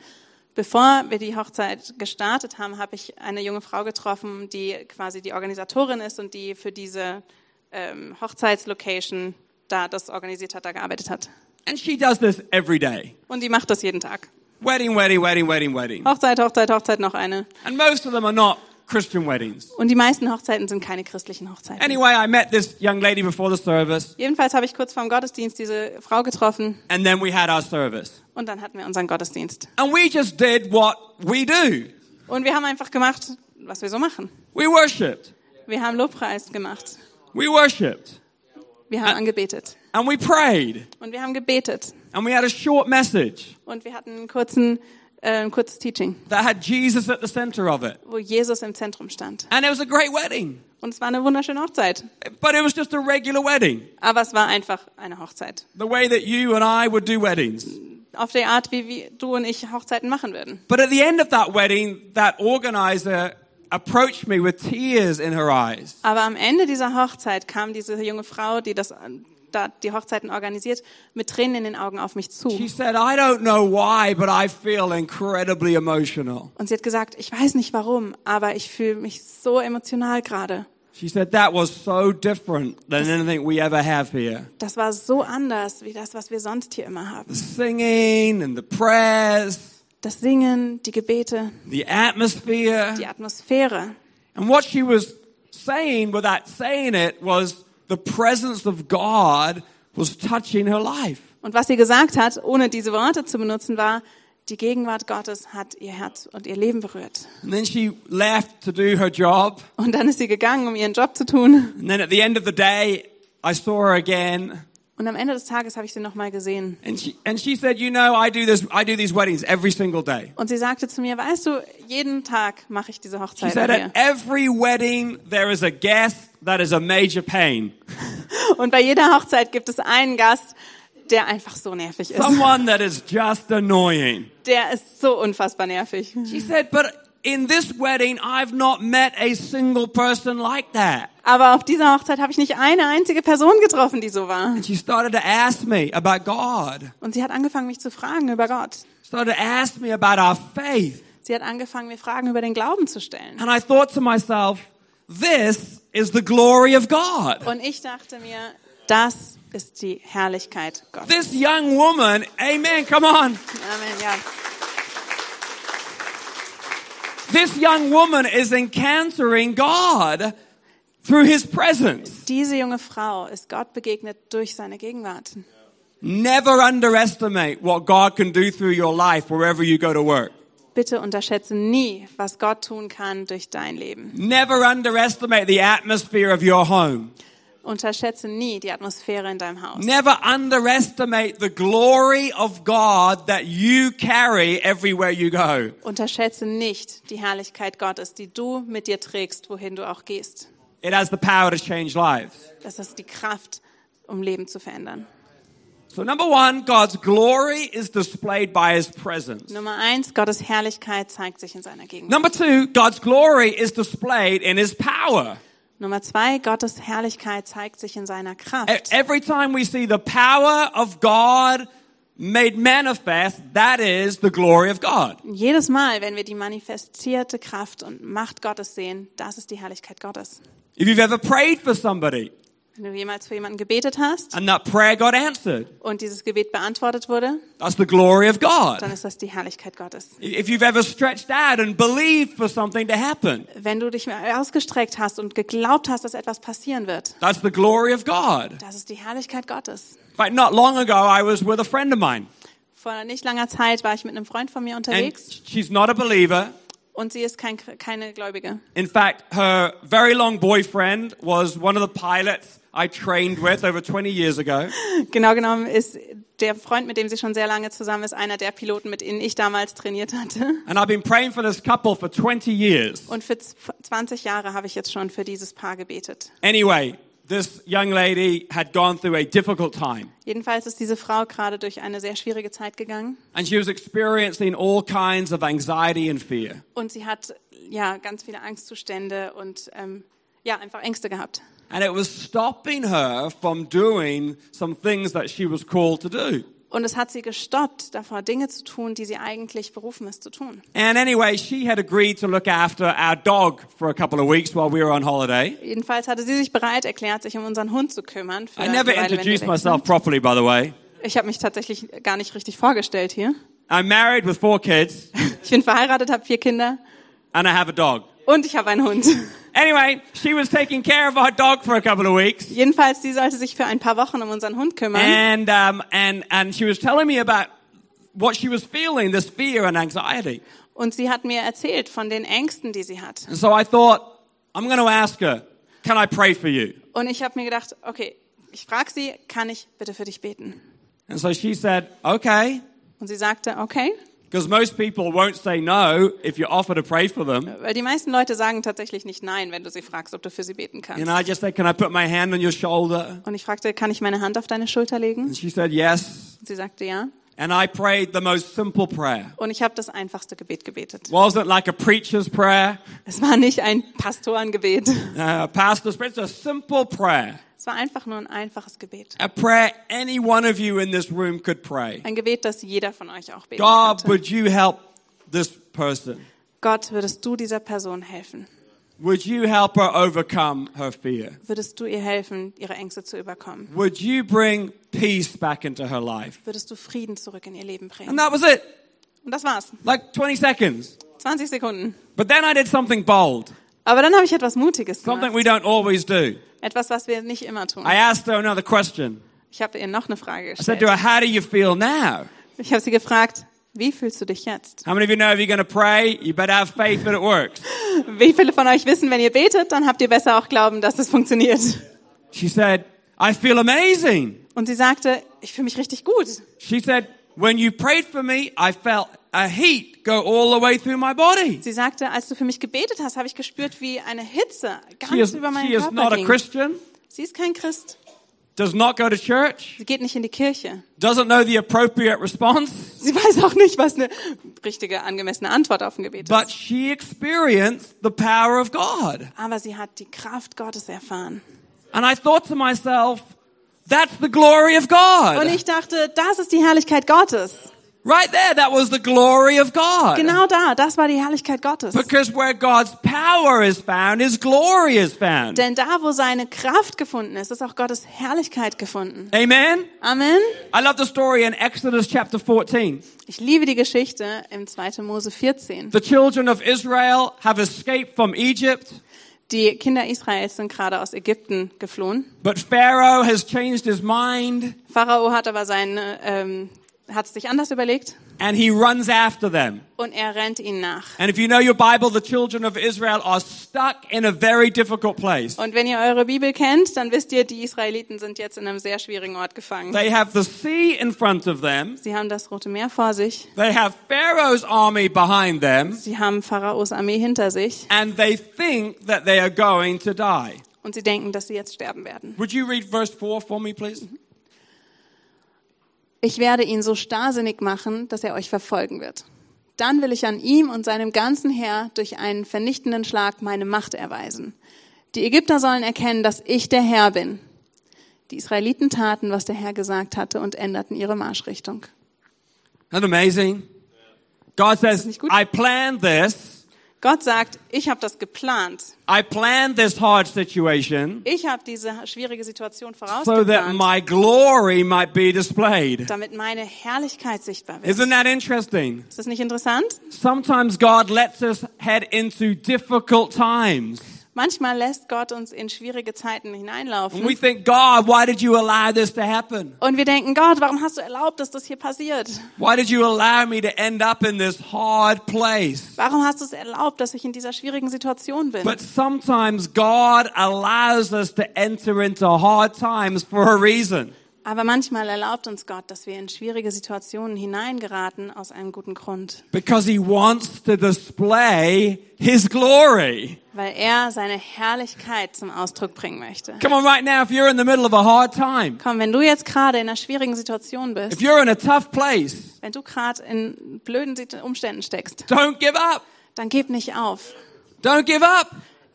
Speaker 3: Bevor wir die Hochzeit gestartet haben, habe ich eine junge Frau getroffen, die quasi die Organisatorin ist und die für diese ähm, Hochzeitslocation da das organisiert hat, da gearbeitet hat.
Speaker 2: And she does this every day.
Speaker 3: Und die macht das jeden Tag.
Speaker 2: Wedding, wedding, wedding, wedding, wedding.
Speaker 3: Hochzeit, Hochzeit, Hochzeit, noch eine.
Speaker 2: And most of them are not Christian weddings.
Speaker 3: Und die meisten Hochzeiten sind keine christlichen Hochzeiten.
Speaker 2: Anyway, I met this young lady before the service,
Speaker 3: Jedenfalls habe ich kurz vorm Gottesdienst diese Frau getroffen
Speaker 2: and then we had our service.
Speaker 3: und dann hatten wir unseren Gottesdienst.
Speaker 2: And we just did what we do.
Speaker 3: Und wir haben einfach gemacht, was wir so machen.
Speaker 2: We worshiped.
Speaker 3: Wir haben Lobpreis gemacht.
Speaker 2: We worshiped.
Speaker 3: Wir haben angebetet.
Speaker 2: And we prayed.
Speaker 3: Und wir haben gebetet.
Speaker 2: And we had a short message
Speaker 3: Und wir hatten einen kurzen, äh, ein kurzes Teaching,
Speaker 2: that had Jesus at the center of it.
Speaker 3: wo Jesus im Zentrum stand.
Speaker 2: And it was a great wedding.
Speaker 3: Und es war eine wunderschöne Hochzeit.
Speaker 2: But it was just a regular wedding.
Speaker 3: Aber es war einfach eine Hochzeit.
Speaker 2: The way that you and I would do weddings.
Speaker 3: Auf die Art, wie wir, du und ich Hochzeiten machen würden.
Speaker 2: But at the end of that wedding, that organizer approached me with tears in her eyes.
Speaker 3: Aber am Ende dieser Hochzeit kam diese junge Frau, die das, äh, da die Hochzeiten organisiert, mit Tränen in den Augen auf mich zu.
Speaker 2: She said, I don't know why, but I feel incredibly emotional.
Speaker 3: Und sie hat gesagt, ich weiß nicht warum, aber ich fühle mich so emotional gerade.
Speaker 2: She said, that was so different than anything we ever have here.
Speaker 3: Das war so anders wie das, was wir sonst hier immer haben.
Speaker 2: Singing and the prayers,
Speaker 3: Das Singen, die Gebete,
Speaker 2: the atmosphere.
Speaker 3: die Atmosphäre.
Speaker 2: And what she was saying without saying it was the presence of God was touching her life.
Speaker 3: Und was sie gesagt hat, ohne diese Worte zu benutzen, war, die Gegenwart Gottes hat ihr Herz und ihr Leben berührt.
Speaker 2: And then she left to do her job.
Speaker 3: Und dann ist sie gegangen, um ihren Job zu tun.
Speaker 2: And then at the end of the day, I saw her again.
Speaker 3: Und am Ende des Tages habe ich sie nochmal gesehen.
Speaker 2: And she, and she said, you know, I do this, I do these weddings every single day.
Speaker 3: Und sie sagte zu mir, weißt du, jeden Tag mache ich diese
Speaker 2: She
Speaker 3: Hochzeit
Speaker 2: said,
Speaker 3: hier.
Speaker 2: at every wedding, there is a guest that is a major pain.
Speaker 3: Und bei jeder Hochzeit gibt es einen Gast, der einfach so nervig ist.
Speaker 2: Someone that is just annoying.
Speaker 3: Der ist so unfassbar nervig.
Speaker 2: She said, but in this wedding, I've not met a single person like that.
Speaker 3: Aber auf dieser Hochzeit habe ich nicht eine einzige Person getroffen, die so war.
Speaker 2: She started to ask me about God.
Speaker 3: Und sie hat angefangen, mich zu fragen über Gott.
Speaker 2: Started to ask me about our faith.
Speaker 3: Sie hat angefangen, mir Fragen über den Glauben zu stellen.
Speaker 2: And I thought to myself, this is the glory of God.
Speaker 3: Und ich dachte mir, das ist die Herrlichkeit Gottes.
Speaker 2: This young woman, amen, come on.
Speaker 3: Amen, ja.
Speaker 2: This young woman is encountering God through his presence.
Speaker 3: Diese junge Frau ist Gott begegnet durch seine Gegenwart.
Speaker 2: Never underestimate what God can do through your life wherever you go to work.
Speaker 3: Bitte unterschätze nie, was Gott tun kann durch dein Leben.
Speaker 2: Never underestimate the atmosphere of your home.
Speaker 3: Unterschätze nie die Atmosphäre in deinem Haus.
Speaker 2: Never underestimate the glory of God that you carry everywhere you go.
Speaker 3: Unterschätze nicht die Herrlichkeit Gottes, die du mit dir trägst, wohin du auch gehst.
Speaker 2: It has the power to change lives.
Speaker 3: Das ist die Kraft, um Leben zu verändern.
Speaker 2: So, number one, God's glory is displayed by his presence.
Speaker 3: Nummer eins, Gottes Herrlichkeit zeigt sich in seiner Gegenwart.
Speaker 2: Number two, God's glory is displayed in his power.
Speaker 3: Nummer zwei, Gottes Herrlichkeit zeigt sich in seiner
Speaker 2: E-
Speaker 3: Kraft.
Speaker 2: Every time we see the power of God made manifest, that is the glory of God.
Speaker 3: Jedes Mal, wenn wir die manifestierte Kraft und Macht Gottes sehen, das ist die Herrlichkeit Gottes.
Speaker 2: If you've ever prayed for somebody
Speaker 3: Wenn du jemals für jemanden gebetet hast
Speaker 2: and that prayer got answered,
Speaker 3: und dieses Gebet beantwortet wurde,
Speaker 2: that's the glory of
Speaker 3: dann
Speaker 2: God.
Speaker 3: ist das die Herrlichkeit Gottes.
Speaker 2: If you've ever stretched out and believed for something to happen,
Speaker 3: Wenn du dich ausgestreckt hast und geglaubt hast, dass etwas passieren wird,
Speaker 2: that's the glory of God.
Speaker 3: das ist die Herrlichkeit Gottes.
Speaker 2: In fact, not long ago, I was with a friend of mine,
Speaker 3: Vor nicht langer Zeit war ich mit einem Freund von mir
Speaker 2: and
Speaker 3: unterwegs
Speaker 2: she's not a believer.
Speaker 3: und sie ist kein, keine Gläubige.
Speaker 2: In fact, her very long boyfriend was one of the pilots I trained with over 20 years ago.
Speaker 3: Genau genommen ist der Freund, mit dem sie schon sehr lange zusammen ist, einer der Piloten, mit denen ich damals trainiert hatte.
Speaker 2: And I've been praying for this couple for 20 years.
Speaker 3: Und für z- 20 Jahre habe ich jetzt schon für dieses Paar gebetet.
Speaker 2: Anyway, this young lady had gone through a difficult time
Speaker 3: Jedenfalls ist diese Frau gerade durch eine sehr schwierige Zeit gegangen
Speaker 2: and she was experiencing all kinds of anxiety and fear.
Speaker 3: und sie hat ja ganz viele Angstzustände und ähm, ja einfach Ängste gehabt.
Speaker 2: And it was stopping her from doing some things that she was called to do.
Speaker 3: Und es hat sie gestoppt, davor Dinge zu tun, die sie eigentlich berufen ist zu tun.
Speaker 2: And anyway, she had agreed to look after our dog for a couple of weeks while we were on holiday.
Speaker 3: Jedenfalls hatte sie sich bereit erklärt, sich um unseren Hund zu kümmern. Für
Speaker 2: I
Speaker 3: die
Speaker 2: never
Speaker 3: Weile, wenn wir
Speaker 2: introduced
Speaker 3: weg
Speaker 2: myself properly, by the way.
Speaker 3: sind. Ich habe mich tatsächlich gar nicht richtig vorgestellt hier.
Speaker 2: I'm married with four kids
Speaker 3: Ich bin verheiratet, habe vier Kinder
Speaker 2: and I have a dog.
Speaker 3: und ich habe einen Hund.
Speaker 2: Anyway, she was taking care of our dog for a couple of weeks.
Speaker 3: Jedenfalls, sie sollte sich für ein paar Wochen um unseren Hund kümmern.
Speaker 2: and um, and and she was telling me about what she was feeling, this fear and anxiety.
Speaker 3: Und sie hat mir erzählt von den Ängsten, die sie hat.
Speaker 2: And so I thought, I'm going to ask her, can I pray for you?
Speaker 3: Und ich habe mir gedacht, okay, ich frage sie, kann ich bitte für dich beten?
Speaker 2: And so she said, okay,
Speaker 3: Und sie sagte, okay,
Speaker 2: because most people won't say no if you offer to pray for them.
Speaker 3: weil die meisten Leute sagen tatsächlich nicht nein, wenn du sie fragst, ob du für sie beten kannst.
Speaker 2: And I just said, can I put my hand on your shoulder?
Speaker 3: Und ich fragte, kann ich meine Hand auf deine Schulter legen?
Speaker 2: And she said, yes.
Speaker 3: Und sie sagte ja.
Speaker 2: And I prayed the most simple prayer.
Speaker 3: Und ich habe das einfachste Gebet gebetet.
Speaker 2: Wasn't like a preacher's prayer,
Speaker 3: Es war nicht ein Pastorengebet.
Speaker 2: uh, pastor's prayer. It's a simple prayer.
Speaker 3: Es war einfach nur ein einfaches Gebet.
Speaker 2: A prayer any one of you in this room could pray.
Speaker 3: Ein Gebet, das jeder von euch auch beten
Speaker 2: God,
Speaker 3: konnte.
Speaker 2: would you help this person?
Speaker 3: Gott, würdest du dieser Person helfen?
Speaker 2: Would you help her overcome her fear?
Speaker 3: Würdest du ihr helfen, ihre Ängste zu überkommen?
Speaker 2: Would you bring peace back into her life?
Speaker 3: Würdest du Frieden zurück in ihr Leben bringen?
Speaker 2: And that was it,
Speaker 3: Und das war's.
Speaker 2: like 20 seconds.
Speaker 3: 20 Sekunden.
Speaker 2: But then I did something bold,
Speaker 3: Aber dann habe ich etwas Mutiges
Speaker 2: something
Speaker 3: gemacht.
Speaker 2: we don't always do.
Speaker 3: Etwas, was wir nicht immer tun.
Speaker 2: I asked her another question.
Speaker 3: Ich habe ihr noch eine Frage
Speaker 2: I said to her,
Speaker 3: gestellt.
Speaker 2: How do you feel now?
Speaker 3: Ich habe sie gefragt, wie fühlst du dich jetzt?
Speaker 2: How many of you know if you're going to pray, you better have faith that it works?
Speaker 3: Wie viele von euch wissen, wenn ihr betet, dann habt ihr besser auch Glauben, dass es funktioniert.
Speaker 2: She said, I feel amazing.
Speaker 3: Und sie sagte, ich fühle mich richtig gut.
Speaker 2: She said, When you prayed for me, I felt a heat go all the way through my body.
Speaker 3: Sie sagte, als du für mich gebetet hast, habe ich gespürt, wie eine Hitze
Speaker 2: She
Speaker 3: ganz
Speaker 2: is,
Speaker 3: über meinen
Speaker 2: she is not
Speaker 3: Körper
Speaker 2: a
Speaker 3: ging.
Speaker 2: Christian.
Speaker 3: Sie ist kein Christ.
Speaker 2: does not go to church,
Speaker 3: Sie geht nicht in die Kirche.
Speaker 2: doesn't know the appropriate response,
Speaker 3: Sie weiß auch nicht, was eine richtige, angemessene Antwort auf ein Gebet
Speaker 2: but
Speaker 3: ist.
Speaker 2: she experienced the power of God.
Speaker 3: Aber sie hat die Kraft Gottes erfahren.
Speaker 2: And I thought to myself, that's the glory of
Speaker 3: Und
Speaker 2: God.
Speaker 3: ich dachte, das ist die Herrlichkeit Gottes.
Speaker 2: Right there, that was the glory of God.
Speaker 3: Genau da, das war die Herrlichkeit Gottes.
Speaker 2: Because where God's power is found, His glory is found.
Speaker 3: Denn da, wo seine Kraft gefunden ist, ist auch Gottes Herrlichkeit gefunden.
Speaker 2: Amen.
Speaker 3: Amen.
Speaker 2: I love the story in Exodus chapter 14.
Speaker 3: Ich liebe die Geschichte im 2. Mose 14.
Speaker 2: The children of Israel have escaped from Egypt,
Speaker 3: Die Kinder Israels sind gerade aus Ägypten geflohen.
Speaker 2: but Pharaoh has changed his mind
Speaker 3: Pharao hat aber seine, ähm, hat es sich anders überlegt
Speaker 2: and he runs after them.
Speaker 3: und er rennt ihnen nach.
Speaker 2: And if you know your Bible, the children of Israel are stuck in a very difficult place.
Speaker 3: Und wenn ihr eure Bibel kennt, dann wisst ihr, die Israeliten sind jetzt in einem sehr schwierigen Ort gefangen.
Speaker 2: They have the sea in front of them.
Speaker 3: Sie haben das Rote Meer vor sich.
Speaker 2: They have Pharaoh's army behind them.
Speaker 3: Sie haben Pharaos Armee hinter sich
Speaker 2: And they think that they are going to die.
Speaker 3: und sie denken, dass sie jetzt sterben werden.
Speaker 2: Would you read verse 4 for me, please?
Speaker 3: Ich werde ihn so starrsinnig machen, dass er euch verfolgen wird. Dann will ich an ihm und seinem ganzen Heer durch einen vernichtenden Schlag meine Macht erweisen. Die Ägypter sollen erkennen, dass ich der Herr bin. Die Israeliten taten, was der Herr gesagt hatte und änderten ihre Marschrichtung.
Speaker 2: Isn't that amazing? God
Speaker 3: nicht
Speaker 2: says,
Speaker 3: gut?
Speaker 2: I planned this.
Speaker 3: Gott sagt, ich habe das geplant.
Speaker 2: I planned this hard situation
Speaker 3: Ich habe diese schwierige Situation
Speaker 2: so that
Speaker 3: vorausgeplant,
Speaker 2: my glory might be displayed.
Speaker 3: damit meine Herrlichkeit sichtbar wird.
Speaker 2: Isn't that interesting?
Speaker 3: Ist das nicht interessant?
Speaker 2: Sometimes God lets us head into difficult times.
Speaker 3: Manchmal lässt Gott uns in schwierige Zeiten hineinlaufen.
Speaker 2: And we think, God, why did you allow this to happen?
Speaker 3: Und wir denken, Gott, warum hast du erlaubt, dass das hier passiert?
Speaker 2: Why did you allow me to end up in this hard place?
Speaker 3: Warum hast du es erlaubt, dass ich in dieser schwierigen Situation bin?
Speaker 2: But sometimes God allows us to enter into hard times for a reason.
Speaker 3: Aber manchmal erlaubt uns Gott, dass wir in schwierige Situationen hineingeraten aus einem guten Grund,
Speaker 2: Because he wants to display his glory.
Speaker 3: weil er seine Herrlichkeit zum Ausdruck bringen möchte.
Speaker 2: Come on, right now, if you're in the middle of a hard time,
Speaker 3: Komm, wenn du jetzt gerade in einer schwierigen Situation
Speaker 2: if
Speaker 3: bist,
Speaker 2: you're in a tough place,
Speaker 3: wenn du gerade in blöden Sit- Umständen steckst,
Speaker 2: don't give up.
Speaker 3: dann gib nicht auf.
Speaker 2: Don't give up.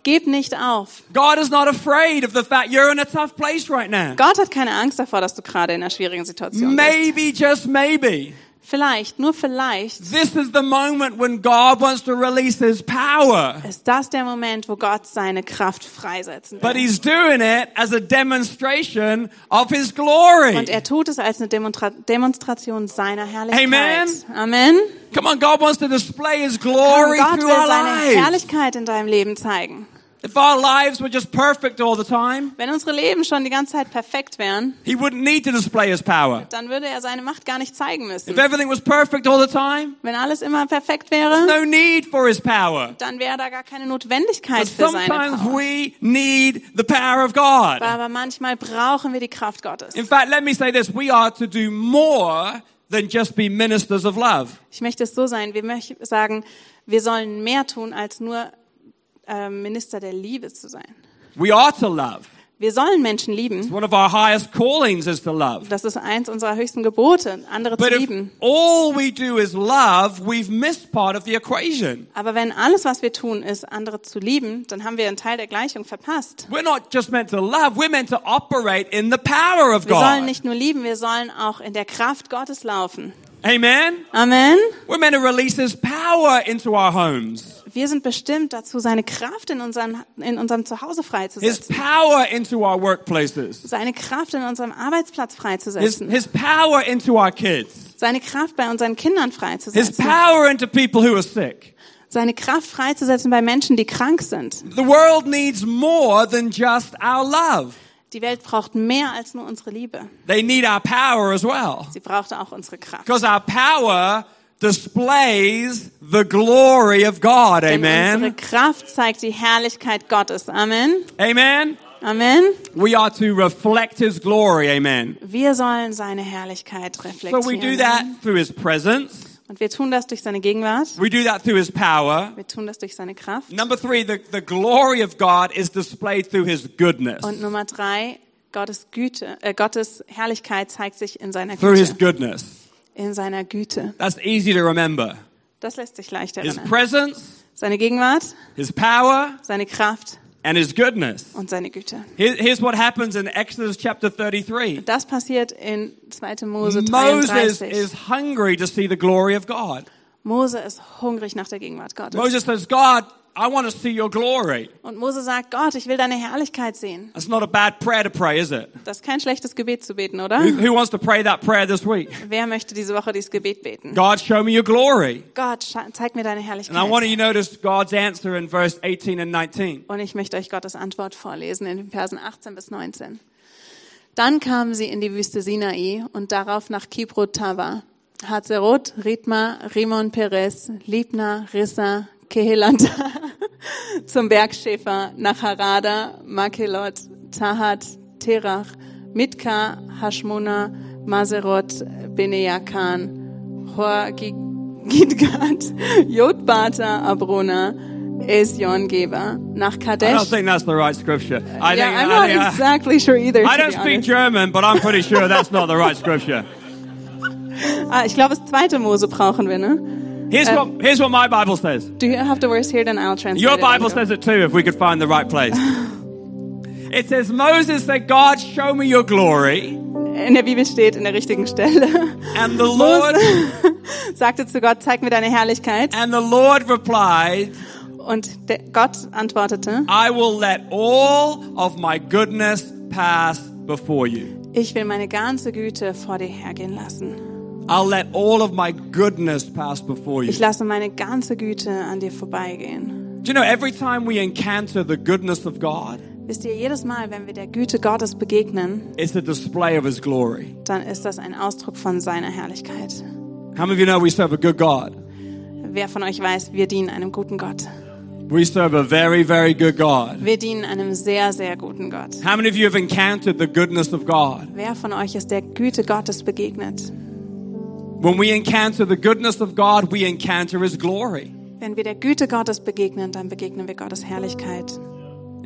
Speaker 3: Gib nicht auf.
Speaker 2: God is not afraid of the fact you're in a tough place right now.
Speaker 3: Gott hat keine Angst davor, dass du gerade in einer schwierigen Situation bist.
Speaker 2: Maybe, just maybe,
Speaker 3: Vielleicht, nur vielleicht,
Speaker 2: this is the moment when God wants to release his power.
Speaker 3: ist das der Moment, wo Gott seine Kraft freisetzen
Speaker 2: But
Speaker 3: will.
Speaker 2: he's doing it as a demonstration of his glory.
Speaker 3: Und er tut es als eine Demonstra Demonstration seiner Herrlichkeit.
Speaker 2: Amen.
Speaker 3: Amen.
Speaker 2: Come on, God wants to display his
Speaker 3: Und
Speaker 2: glory
Speaker 3: Gott
Speaker 2: through our
Speaker 3: will seine
Speaker 2: lives.
Speaker 3: Herrlichkeit in deinem Leben zeigen.
Speaker 2: If our lives were just perfect all the time,
Speaker 3: Wenn unsere Leben schon die ganze Zeit perfekt wären,
Speaker 2: he wouldn't need to display his power.
Speaker 3: dann würde er seine Macht gar nicht zeigen
Speaker 2: If
Speaker 3: müssen.
Speaker 2: everything was perfect all the time,
Speaker 3: Wenn alles immer perfekt
Speaker 2: there's
Speaker 3: wäre,
Speaker 2: no need for his power.
Speaker 3: dann wäre da gar keine
Speaker 2: But
Speaker 3: Notwendigkeit für seine
Speaker 2: sometimes
Speaker 3: Power.
Speaker 2: we need the power of God.
Speaker 3: Aber manchmal brauchen wir die Kraft Gottes.
Speaker 2: In fact, let me say this, we are to do more than just be ministers of love.
Speaker 3: Ich möchte es so sein, wir möchten sagen, wir sollen mehr tun, als nur ähm, Minister der Liebe zu sein.
Speaker 2: We are to love.
Speaker 3: Wir sollen Menschen lieben.
Speaker 2: One of our highest callings is to love.
Speaker 3: Das ist eins unserer höchsten Gebote, andere zu
Speaker 2: But
Speaker 3: lieben.
Speaker 2: if all we do is love, we've missed part of the equation.
Speaker 3: Aber wenn alles, was wir tun, ist, andere zu lieben, dann haben wir einen Teil der Gleichung verpasst.
Speaker 2: We're not just meant to love, we're meant to operate in the power of
Speaker 3: Wir sollen
Speaker 2: God.
Speaker 3: nicht nur lieben, wir sollen auch in der Kraft Gottes laufen.
Speaker 2: Amen?
Speaker 3: Amen.
Speaker 2: We're meant to release His power into our homes,
Speaker 3: Wir sind bestimmt dazu, seine Kraft in, unseren, in unserem Zuhause
Speaker 2: His
Speaker 3: freizusetzen.
Speaker 2: power into our workplaces,
Speaker 3: Seine Kraft in unserem Arbeitsplatz
Speaker 2: His,
Speaker 3: freizusetzen.
Speaker 2: his power into our kids,
Speaker 3: Seine Kraft bei unseren Kindern
Speaker 2: His
Speaker 3: freizusetzen.
Speaker 2: power into people who are sick.
Speaker 3: Seine Kraft freizusetzen bei Menschen, die krank sind.
Speaker 2: The world needs more than just our love.
Speaker 3: Die Welt braucht mehr als nur unsere Liebe.
Speaker 2: They need our power as well.
Speaker 3: Sie brauchte auch unsere Kraft.
Speaker 2: Because our power displays the glory of God.
Speaker 3: Denn unsere
Speaker 2: Amen.
Speaker 3: Kraft zeigt die Herrlichkeit Gottes. Amen.
Speaker 2: Amen.
Speaker 3: Amen.
Speaker 2: We are to reflect His glory. Amen.
Speaker 3: Wir sollen seine Herrlichkeit
Speaker 2: So
Speaker 3: reflektieren.
Speaker 2: we do that through His presence.
Speaker 3: Und wir tun das durch seine Gegenwart.
Speaker 2: We do that through His power.
Speaker 3: Wir tun das durch seine Kraft.
Speaker 2: Number three, the, the glory of God is displayed through His goodness.
Speaker 3: Und Nummer drei, Gottes Güte, äh, Gottes Herrlichkeit zeigt sich in seiner
Speaker 2: Through His
Speaker 3: Güte.
Speaker 2: goodness.
Speaker 3: In seiner Güte.
Speaker 2: That's easy to remember.
Speaker 3: Das lässt sich leicht
Speaker 2: His
Speaker 3: erinnern.
Speaker 2: presence,
Speaker 3: Seine Gegenwart,
Speaker 2: His power,
Speaker 3: seine Kraft
Speaker 2: and His goodness.
Speaker 3: und seine Güte.
Speaker 2: Here- Here's what happens in Exodus chapter 33.
Speaker 3: Das passiert in 2. Mose
Speaker 2: Moses
Speaker 3: 33.
Speaker 2: is hungry to see the glory of God.
Speaker 3: Mose ist hungrig nach der Gegenwart Gottes.
Speaker 2: Moses says, God, I want to see your glory.
Speaker 3: Und Mose sagt, Gott, ich will deine Herrlichkeit sehen.
Speaker 2: That's not a bad prayer to pray, is it?
Speaker 3: Das ist kein schlechtes Gebet zu beten, oder?
Speaker 2: Who, who wants to pray that prayer this week?
Speaker 3: Wer möchte diese Woche dieses Gebet beten?
Speaker 2: God, show me your glory.
Speaker 3: Gott, scha- zeig mir deine
Speaker 2: And I want
Speaker 3: Herrlichkeit.
Speaker 2: you to notice God's answer in verse 18 and 19.
Speaker 3: Und ich möchte euch Gottes Antwort vorlesen in den Versen 18 bis 19. Dann kamen sie in die Wüste Sinai und darauf nach Kibrut Tava. Hazeroth, Ritma, Rimon Perez, Libna, Rissa, Kehelanta, zum Bergschäfer, nach Harada, Makelot, Tahat, Terach, Mitka, Hashmona, Maseroth, Beneakan, Hor, Gi- Gidgad, Jotbata, Abrona, Esjon, Geba, nach
Speaker 2: I don't
Speaker 3: Kadesh.
Speaker 2: think that's the right scripture. I
Speaker 3: Yeah,
Speaker 2: think, I,
Speaker 3: I'm not
Speaker 2: think- I-
Speaker 3: exactly sure either.
Speaker 2: uh, I
Speaker 3: to
Speaker 2: don't
Speaker 3: be
Speaker 2: speak
Speaker 3: honest.
Speaker 2: German, but I'm pretty sure that's not the right scripture.
Speaker 3: Ah, ich glaube, das zweite Mose brauchen wir, ne?
Speaker 2: Here's what, here's what my Bible says.
Speaker 3: Do you have the verse here, then I'll translate
Speaker 2: Your
Speaker 3: it
Speaker 2: Bible
Speaker 3: into-
Speaker 2: says it too, if we could find the right place. It says, Moses said, God, show me your glory.
Speaker 3: In der Bibel steht, in der richtigen Stelle.
Speaker 2: And the Lord,
Speaker 3: Sagte zu Gott, zeig mir deine Herrlichkeit.
Speaker 2: and the Lord replied,
Speaker 3: Und der, Gott antwortete,
Speaker 2: I will let all of my goodness pass before you.
Speaker 3: ich will meine ganze Güte vor dir hergehen lassen.
Speaker 2: I'll let all of my goodness pass before you.
Speaker 3: Ich lasse meine ganze Güte an dir vorbeigehen.
Speaker 2: Do you know every time we encounter the goodness of God,
Speaker 3: Wisst ihr, jedes Mal, wenn wir der Güte Gottes begegnen,
Speaker 2: it's a display of His glory.
Speaker 3: dann ist das ein Ausdruck von seiner Herrlichkeit.
Speaker 2: How many of you know we serve a good God?
Speaker 3: Wer von euch weiß, wir dienen einem guten Gott.
Speaker 2: We serve a very, very good God.
Speaker 3: Wir dienen einem sehr, sehr guten Gott.
Speaker 2: How many of you have encountered the goodness of God?
Speaker 3: Wer von euch ist der Güte Gottes begegnet?
Speaker 2: When we encounter the goodness of God, we encounter His glory.
Speaker 3: Wenn wir der Güte Gottes begegnen, dann begegnen wir Gottes Herrlichkeit.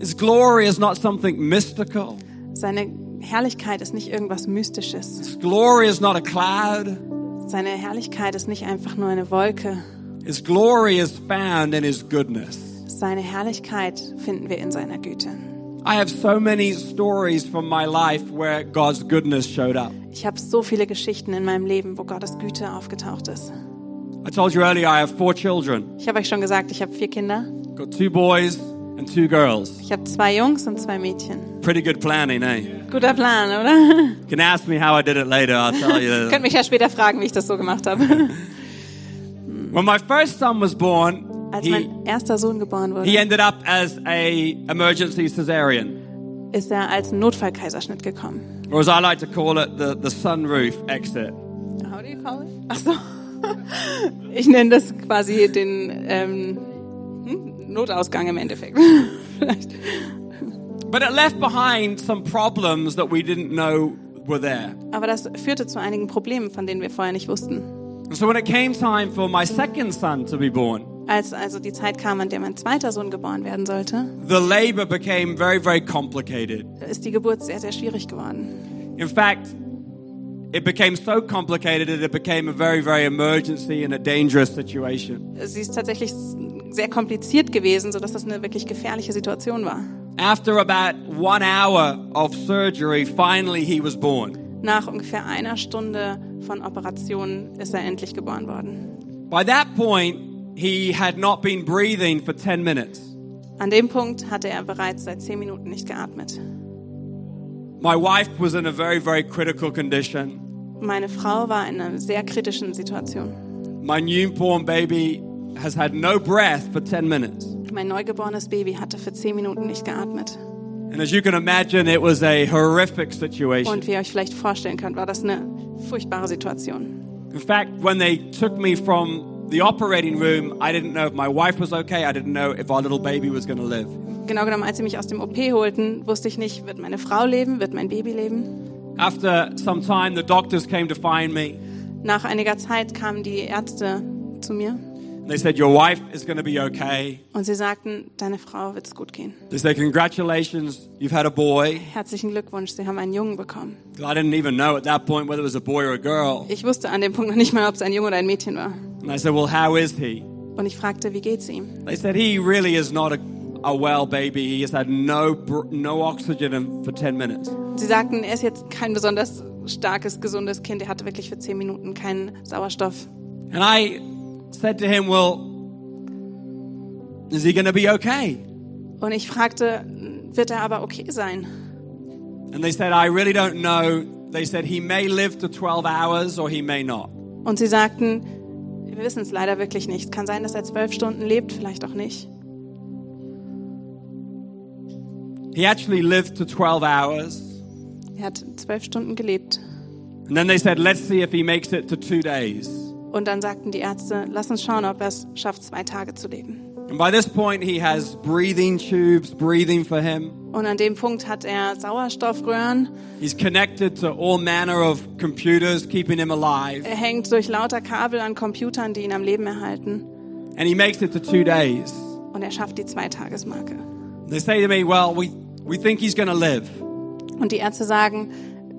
Speaker 2: His glory is not something mystical.
Speaker 3: Seine Herrlichkeit ist nicht irgendwas Mystisches.
Speaker 2: His glory is not a cloud.
Speaker 3: Seine Herrlichkeit ist nicht einfach nur eine Wolke.
Speaker 2: His glory is found in His goodness.
Speaker 3: Seine Herrlichkeit finden wir in seiner Güte.
Speaker 2: I have so many stories from my life where God's goodness showed up.
Speaker 3: Ich habe so viele Geschichten in meinem Leben, wo Gottes Güte aufgetaucht ist.
Speaker 2: I told you earlier I have four children.
Speaker 3: Ich habe euch schon gesagt, ich habe vier Kinder.
Speaker 2: Got two boys and two girls.
Speaker 3: Ich habe zwei Jungs und zwei Mädchen.
Speaker 2: Pretty good planning, eh? You
Speaker 3: Guter Plan, oder?
Speaker 2: can ask me how I did it later, I'll tell you.
Speaker 3: Könnt mich ja später fragen, wie ich das so gemacht habe.
Speaker 2: when my first son was born,
Speaker 3: Als
Speaker 2: he,
Speaker 3: mein erster Sohn geboren
Speaker 2: he
Speaker 3: wurde,
Speaker 2: ended up as a emergency cesarean,
Speaker 3: ist er als Notfallkaiserschnitt gekommen.
Speaker 2: or as I like to call it, the, the sunroof exit.
Speaker 3: How do you call it? Ach so. Ich nenne das quasi den ähm, hm, Notausgang im Endeffekt. Vielleicht.
Speaker 2: But it left behind some problems that we didn't know were there.
Speaker 3: Aber das führte zu einigen Problemen, von denen wir vorher nicht wussten.
Speaker 2: And so when it came time for my second son to be born,
Speaker 3: Als also die Zeit kam, an der mein zweiter Sohn geboren werden sollte,
Speaker 2: the labor became very, very complicated.
Speaker 3: ist die Geburt sehr, sehr schwierig geworden.
Speaker 2: In fact, it became so complicated that it became a very, very emergency and a dangerous situation.
Speaker 3: Sie ist tatsächlich sehr kompliziert gewesen, sodass das eine wirklich gefährliche Situation war.
Speaker 2: After about one hour of surgery, finally he was born.
Speaker 3: Nach ungefähr einer Stunde von Operationen ist er endlich geboren worden.
Speaker 2: By that point, he had not been breathing for 10 minutes.
Speaker 3: An dem Punkt hatte er bereits seit zehn Minuten nicht geatmet.
Speaker 2: My wife was in a very, very critical condition.
Speaker 3: Meine Frau war in einer sehr kritischen Situation.
Speaker 2: My newborn baby has had no breath for 10 minutes.
Speaker 3: Mein neugeborenes Baby hatte für zehn Minuten nicht geatmet.
Speaker 2: And as you can imagine, it was a horrific situation.
Speaker 3: Und wie ihr euch vielleicht vorstellen könnt, war das eine furchtbare Situation.
Speaker 2: In fact, when they took me from the operating room, I didn't know if my wife was okay. I didn't know if our little baby was going to live.
Speaker 3: Genau genommen, als sie mich aus dem OP holten, wusste ich nicht, wird meine Frau leben, wird mein Baby leben.
Speaker 2: After some time, the doctors came to find me.
Speaker 3: Nach einiger Zeit kamen die Ärzte zu mir
Speaker 2: They said, Your wife is going to be okay.
Speaker 3: und sie sagten, deine Frau wird's gut gehen.
Speaker 2: They said, Congratulations, you've had a boy.
Speaker 3: Herzlichen Glückwunsch, sie haben einen Jungen bekommen.
Speaker 2: I didn't even know at that point whether it was a boy or a girl.
Speaker 3: Ich wusste an dem Punkt noch nicht mal, ob es ein Junge oder ein Mädchen war.
Speaker 2: And I said, Well, how is he?
Speaker 3: Und ich fragte, wie geht's ihm?
Speaker 2: They said, He really is not a, a well baby. He has had no, br- no oxygen in- for 10 minutes.
Speaker 3: Sie sagten, er ist jetzt kein besonders starkes, gesundes Kind. Er hatte wirklich für zehn Minuten keinen Sauerstoff.
Speaker 2: And I said to him, Well, is he going to be okay?
Speaker 3: Und ich fragte, wird er aber okay sein?
Speaker 2: And they said, I really don't know. They said, he may live to 12 hours or he may not.
Speaker 3: Und sie sagten, wir wissen es leider wirklich nicht. Es kann sein, dass er zwölf Stunden lebt, vielleicht auch nicht.
Speaker 2: He actually lived to 12 hours.
Speaker 3: Er hat zwölf Stunden gelebt.
Speaker 2: And then they said, let's see if he makes it to two days.
Speaker 3: Und dann sagten die Ärzte, lass uns schauen, ob er es schafft, zwei Tage zu leben.
Speaker 2: And by this point, he has breathing tubes breathing for him.
Speaker 3: Und an dem Punkt hat er Sauerstoffröhren.
Speaker 2: He's connected to all manner of computers, keeping him alive.
Speaker 3: Er hängt durch lauter Kabel an Computern, die ihn am Leben erhalten.
Speaker 2: And he makes it to two days.
Speaker 3: Und er schafft die Zweitagesmarke.
Speaker 2: They say to me, well, we, we think he's going to live.
Speaker 3: Und die Ärzte sagen,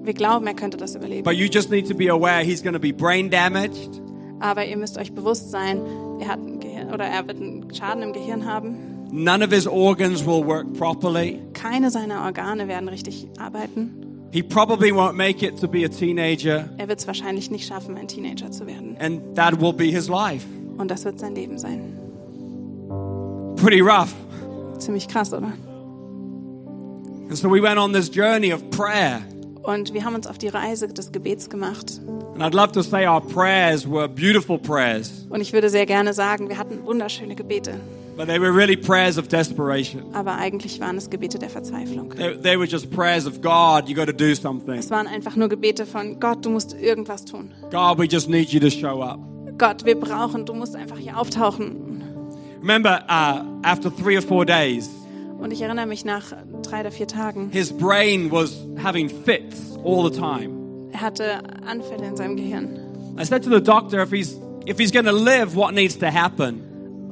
Speaker 3: Wir glauben, er könnte das überleben.
Speaker 2: But you just need to be aware he's going to be brain damaged.
Speaker 3: Aber ihr müsst euch bewusst sein, er hat ein Gehirn oder er wird einen Schaden im Gehirn haben.
Speaker 2: None of his organs will work properly.
Speaker 3: Keine seiner Organe werden richtig arbeiten.
Speaker 2: He probably won't make it to be a teenager,
Speaker 3: Er wird es wahrscheinlich nicht schaffen, ein Teenager zu werden.
Speaker 2: and that will be his life.
Speaker 3: Und das wird sein Leben sein.
Speaker 2: Pretty rough.
Speaker 3: Ziemlich krass, oder?
Speaker 2: And so we went on this journey of prayer.
Speaker 3: Und wir haben uns auf die Reise des Gebets gemacht.
Speaker 2: And I'd love to say our prayers were beautiful prayers,
Speaker 3: Und ich würde sehr gerne sagen, wir hatten wunderschöne Gebete.
Speaker 2: but they were really prayers of desperation.
Speaker 3: Aber eigentlich waren es Gebete der Verzweiflung.
Speaker 2: They, they were just prayers of God, you got to do something.
Speaker 3: Es waren einfach nur Gebete von Gott, du musst irgendwas tun.
Speaker 2: God, we just need you to show up.
Speaker 3: Gott, wir brauchen, du musst einfach hier auftauchen.
Speaker 2: Remember, uh, after three or four days,
Speaker 3: Und ich erinnere mich nach drei oder vier Tagen,
Speaker 2: his brain was having fits all the time.
Speaker 3: er hatte Anfälle in seinem Gehirn.
Speaker 2: I said to the doctor, if he's if he's going to live, what needs to happen?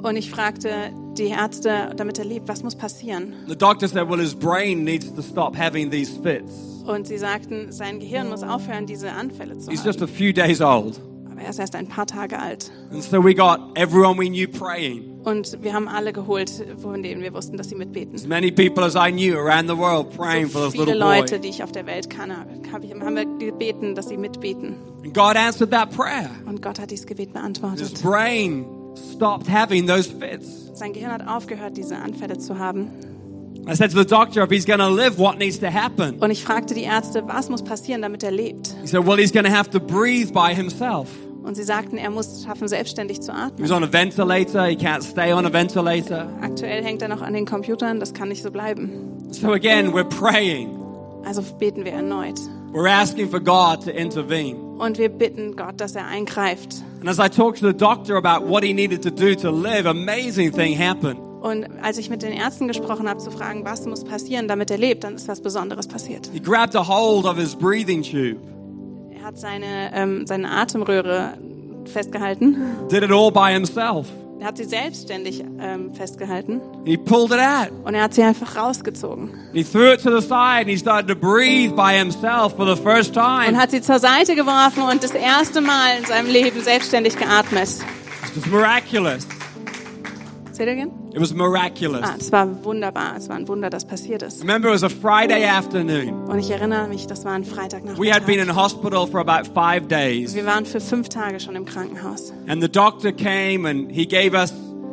Speaker 3: Und ich fragte die Ärzte, damit er lebt, was muss passieren?
Speaker 2: The doctor said, well, his brain needs to stop having these fits.
Speaker 3: Und sie sagten, sein Gehirn muss aufhören, diese Anfälle zu
Speaker 2: He's
Speaker 3: haben.
Speaker 2: just a few days old,
Speaker 3: Aber er ist erst ein paar Tage alt.
Speaker 2: and so we got everyone we knew praying,
Speaker 3: Und wir haben alle geholt, von denen wir wussten, dass sie mitbeten.
Speaker 2: as many people as I knew around the world praying for
Speaker 3: So
Speaker 2: this
Speaker 3: viele
Speaker 2: little boy.
Speaker 3: Leute, die ich auf der Welt kann, hab ich, haben wir gebeten, dass sie mitbeten.
Speaker 2: And God answered that prayer.
Speaker 3: Und Gott hat dieses Gebet
Speaker 2: His
Speaker 3: beantwortet.
Speaker 2: brain stopped having those fits.
Speaker 3: Sein Gehirn hat aufgehört, diese Anfälle zu haben.
Speaker 2: I said to the doctor, if he's going to live, what needs to happen?
Speaker 3: Und ich fragte die Ärzte, was muss passieren, damit er lebt?
Speaker 2: He said, well, he's going to have to breathe by himself.
Speaker 3: Und sie sagten, er muss es schaffen, selbstständig zu
Speaker 2: He
Speaker 3: atmen.
Speaker 2: was on a ventilator. He can't stay on a ventilator.
Speaker 3: Aktuell hängt er noch an den Computern, das kann nicht so bleiben.
Speaker 2: So again, we're praying.
Speaker 3: Also beten wir erneut.
Speaker 2: We're asking for God to intervene.
Speaker 3: Und wir bitten Gott, dass er eingreift.
Speaker 2: And as I talked to the doctor about what he needed to do to live, amazing thing happened.
Speaker 3: Und als ich mit den Ärzten gesprochen habe, zu fragen, was muss passieren, damit er lebt, dann ist was Besonderes passiert.
Speaker 2: He grabbed a hold of his breathing tube,
Speaker 3: Er hat seine, ähm, seine Atemröhre festgehalten.
Speaker 2: did it all by himself.
Speaker 3: Er hat sie selbstständig ähm, festgehalten.
Speaker 2: He pulled it out.
Speaker 3: Und er hat sie einfach rausgezogen.
Speaker 2: He threw it to the side and he started to breathe by himself for the first time.
Speaker 3: Und hat sie zur Seite geworfen und das erste Mal in seinem Leben selbstständig geatmet.
Speaker 2: It was miraculous.
Speaker 3: Seht ihr again?
Speaker 2: It was miraculous.
Speaker 3: Ah, es war wunderbar. Es war ein Wunder, dass passiert ist.
Speaker 2: Remember, it was a Friday afternoon.
Speaker 3: Und ich erinnere mich, das war ein
Speaker 2: We had been in
Speaker 3: Freitagnachmittag.
Speaker 2: hospital for about five days,
Speaker 3: Wir waren für fünf Tage schon im Krankenhaus.
Speaker 2: and the doctor came and he gave us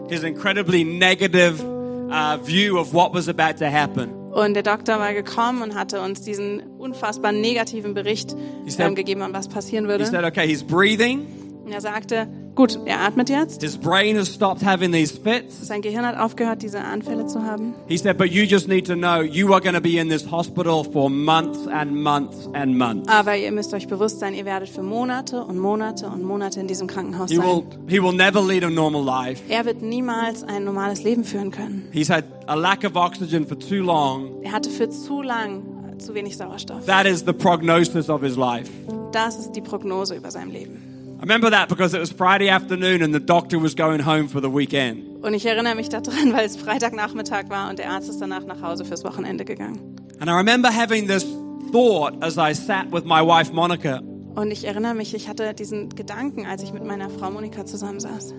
Speaker 2: his incredibly negative uh, view of what was about to happen.
Speaker 3: Und der Doktor war gekommen und hatte uns diesen unfassbar negativen Bericht
Speaker 2: said-
Speaker 3: ähm, gegeben, was passieren
Speaker 2: He
Speaker 3: würde.
Speaker 2: said, "Okay, he's breathing.
Speaker 3: Und er sagte, gut, er atmet jetzt.
Speaker 2: His brain has stopped having these fits."
Speaker 3: Sein Gehirn hat aufgehört, diese Anfälle zu haben.
Speaker 2: He said, "But you just need to know you are going to be in this hospital for months and months and months.
Speaker 3: Aber ihr müsst euch bewusst sein, ihr werdet für Monate und Monate und Monate in diesem Krankenhaus
Speaker 2: He will
Speaker 3: sein.
Speaker 2: he will never lead a normal life.
Speaker 3: Er wird niemals ein normales Leben führen können.
Speaker 2: He's had a lack of oxygen for too long."
Speaker 3: Er hatte für zu lang äh, zu wenig Sauerstoff.
Speaker 2: That is the prognosis of his life.
Speaker 3: Das ist die Prognose über sein Leben.
Speaker 2: I remember that because it was Friday afternoon and the doctor was going home for the weekend.
Speaker 3: Und ich erinnere mich daran, weil es Freitagnachmittag war und der Arzt ist danach nach Hause fürs Wochenende gegangen.
Speaker 2: And I remember having this thought as I sat with my wife Monica.
Speaker 3: Und ich erinnere mich, ich hatte diesen Gedanken, als ich mit meiner Frau Monika zusammensaß.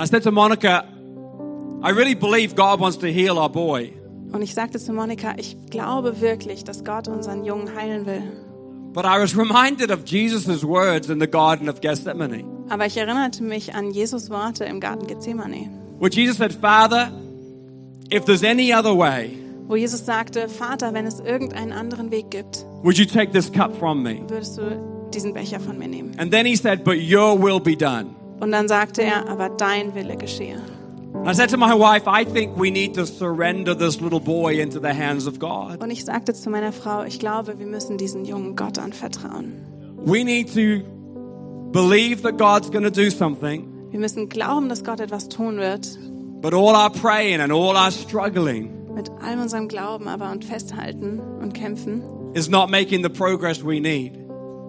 Speaker 2: I said to Monica, I really believe God wants to heal our boy,
Speaker 3: Und ich sagte zu Monika, ich glaube wirklich, dass Gott unseren Jungen heilen will.
Speaker 2: but I was reminded of Jesus' words in the Garden of Gethsemane,
Speaker 3: Aber ich erinnerte mich an Jesus Worte im Garten Gethsemane,
Speaker 2: where Jesus said, Father, if there's any other way,
Speaker 3: wo Jesus sagte, Vater, wenn es irgendeinen anderen Weg gibt,
Speaker 2: would you take this cup from me?
Speaker 3: würdest du diesen Becher von mir nehmen.
Speaker 2: And then he said, But your will be done.
Speaker 3: Und dann sagte er, aber dein Wille geschehe.
Speaker 2: I said to my wife, I think we need to surrender this little boy into the hands of God.
Speaker 3: Und ich sagte zu meiner Frau, ich glaube, wir müssen diesen Jungen Gott anvertrauen.
Speaker 2: We need to believe that God's going to do something,
Speaker 3: Wir müssen glauben, dass Gott etwas tun wird,
Speaker 2: but all our praying and all our struggling
Speaker 3: mit all unserem Glauben aber und festhalten und kämpfen.
Speaker 2: is not making the progress we need.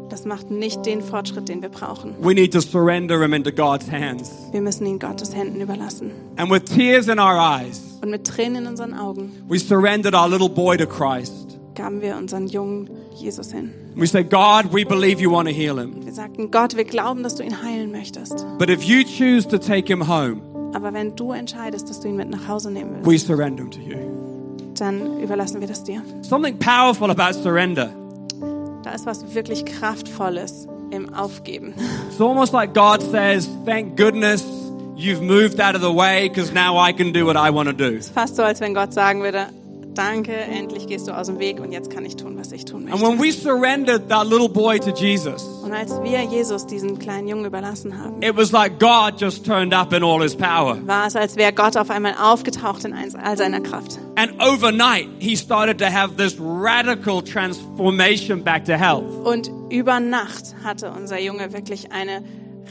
Speaker 3: Das macht nicht den Fortschritt, den wir brauchen.
Speaker 2: We need to surrender him into God's hands.
Speaker 3: Wir müssen ihn Gottes Händen überlassen.
Speaker 2: And with tears in our eyes,
Speaker 3: Und mit Tränen in unseren Augen
Speaker 2: we surrendered our little boy to Christ.
Speaker 3: gaben wir unseren Jungen Jesus hin.
Speaker 2: We say, God, we believe you want to heal him.
Speaker 3: Wir sagten, Gott, wir glauben, dass du ihn heilen möchtest.
Speaker 2: But if you choose to take him home,
Speaker 3: Aber wenn du entscheidest, dass du ihn mit nach Hause nehmen
Speaker 2: we
Speaker 3: willst,
Speaker 2: surrender him to you.
Speaker 3: dann überlassen wir das dir.
Speaker 2: Something powerful about surrender.
Speaker 3: Da ist was wirklich Kraftvolles im Aufgeben.
Speaker 2: It's almost like God says, Thank goodness you've moved out of the way because now I can do what I want to do.
Speaker 3: Fast so, als wenn Gott sagen würde, danke, endlich gehst du aus dem Weg und jetzt kann ich tun, was ich tun
Speaker 2: And
Speaker 3: möchte.
Speaker 2: when we surrendered that little boy to Jesus,
Speaker 3: Und als wir Jesus diesen kleinen Jungen überlassen haben,
Speaker 2: it was like God just turned up in all his power.
Speaker 3: war es, als wäre Gott auf einmal aufgetaucht in eins- all seiner Kraft.
Speaker 2: And overnight, he started to have this radical transformation back to health.
Speaker 3: Und über Nacht hatte unser Junge wirklich eine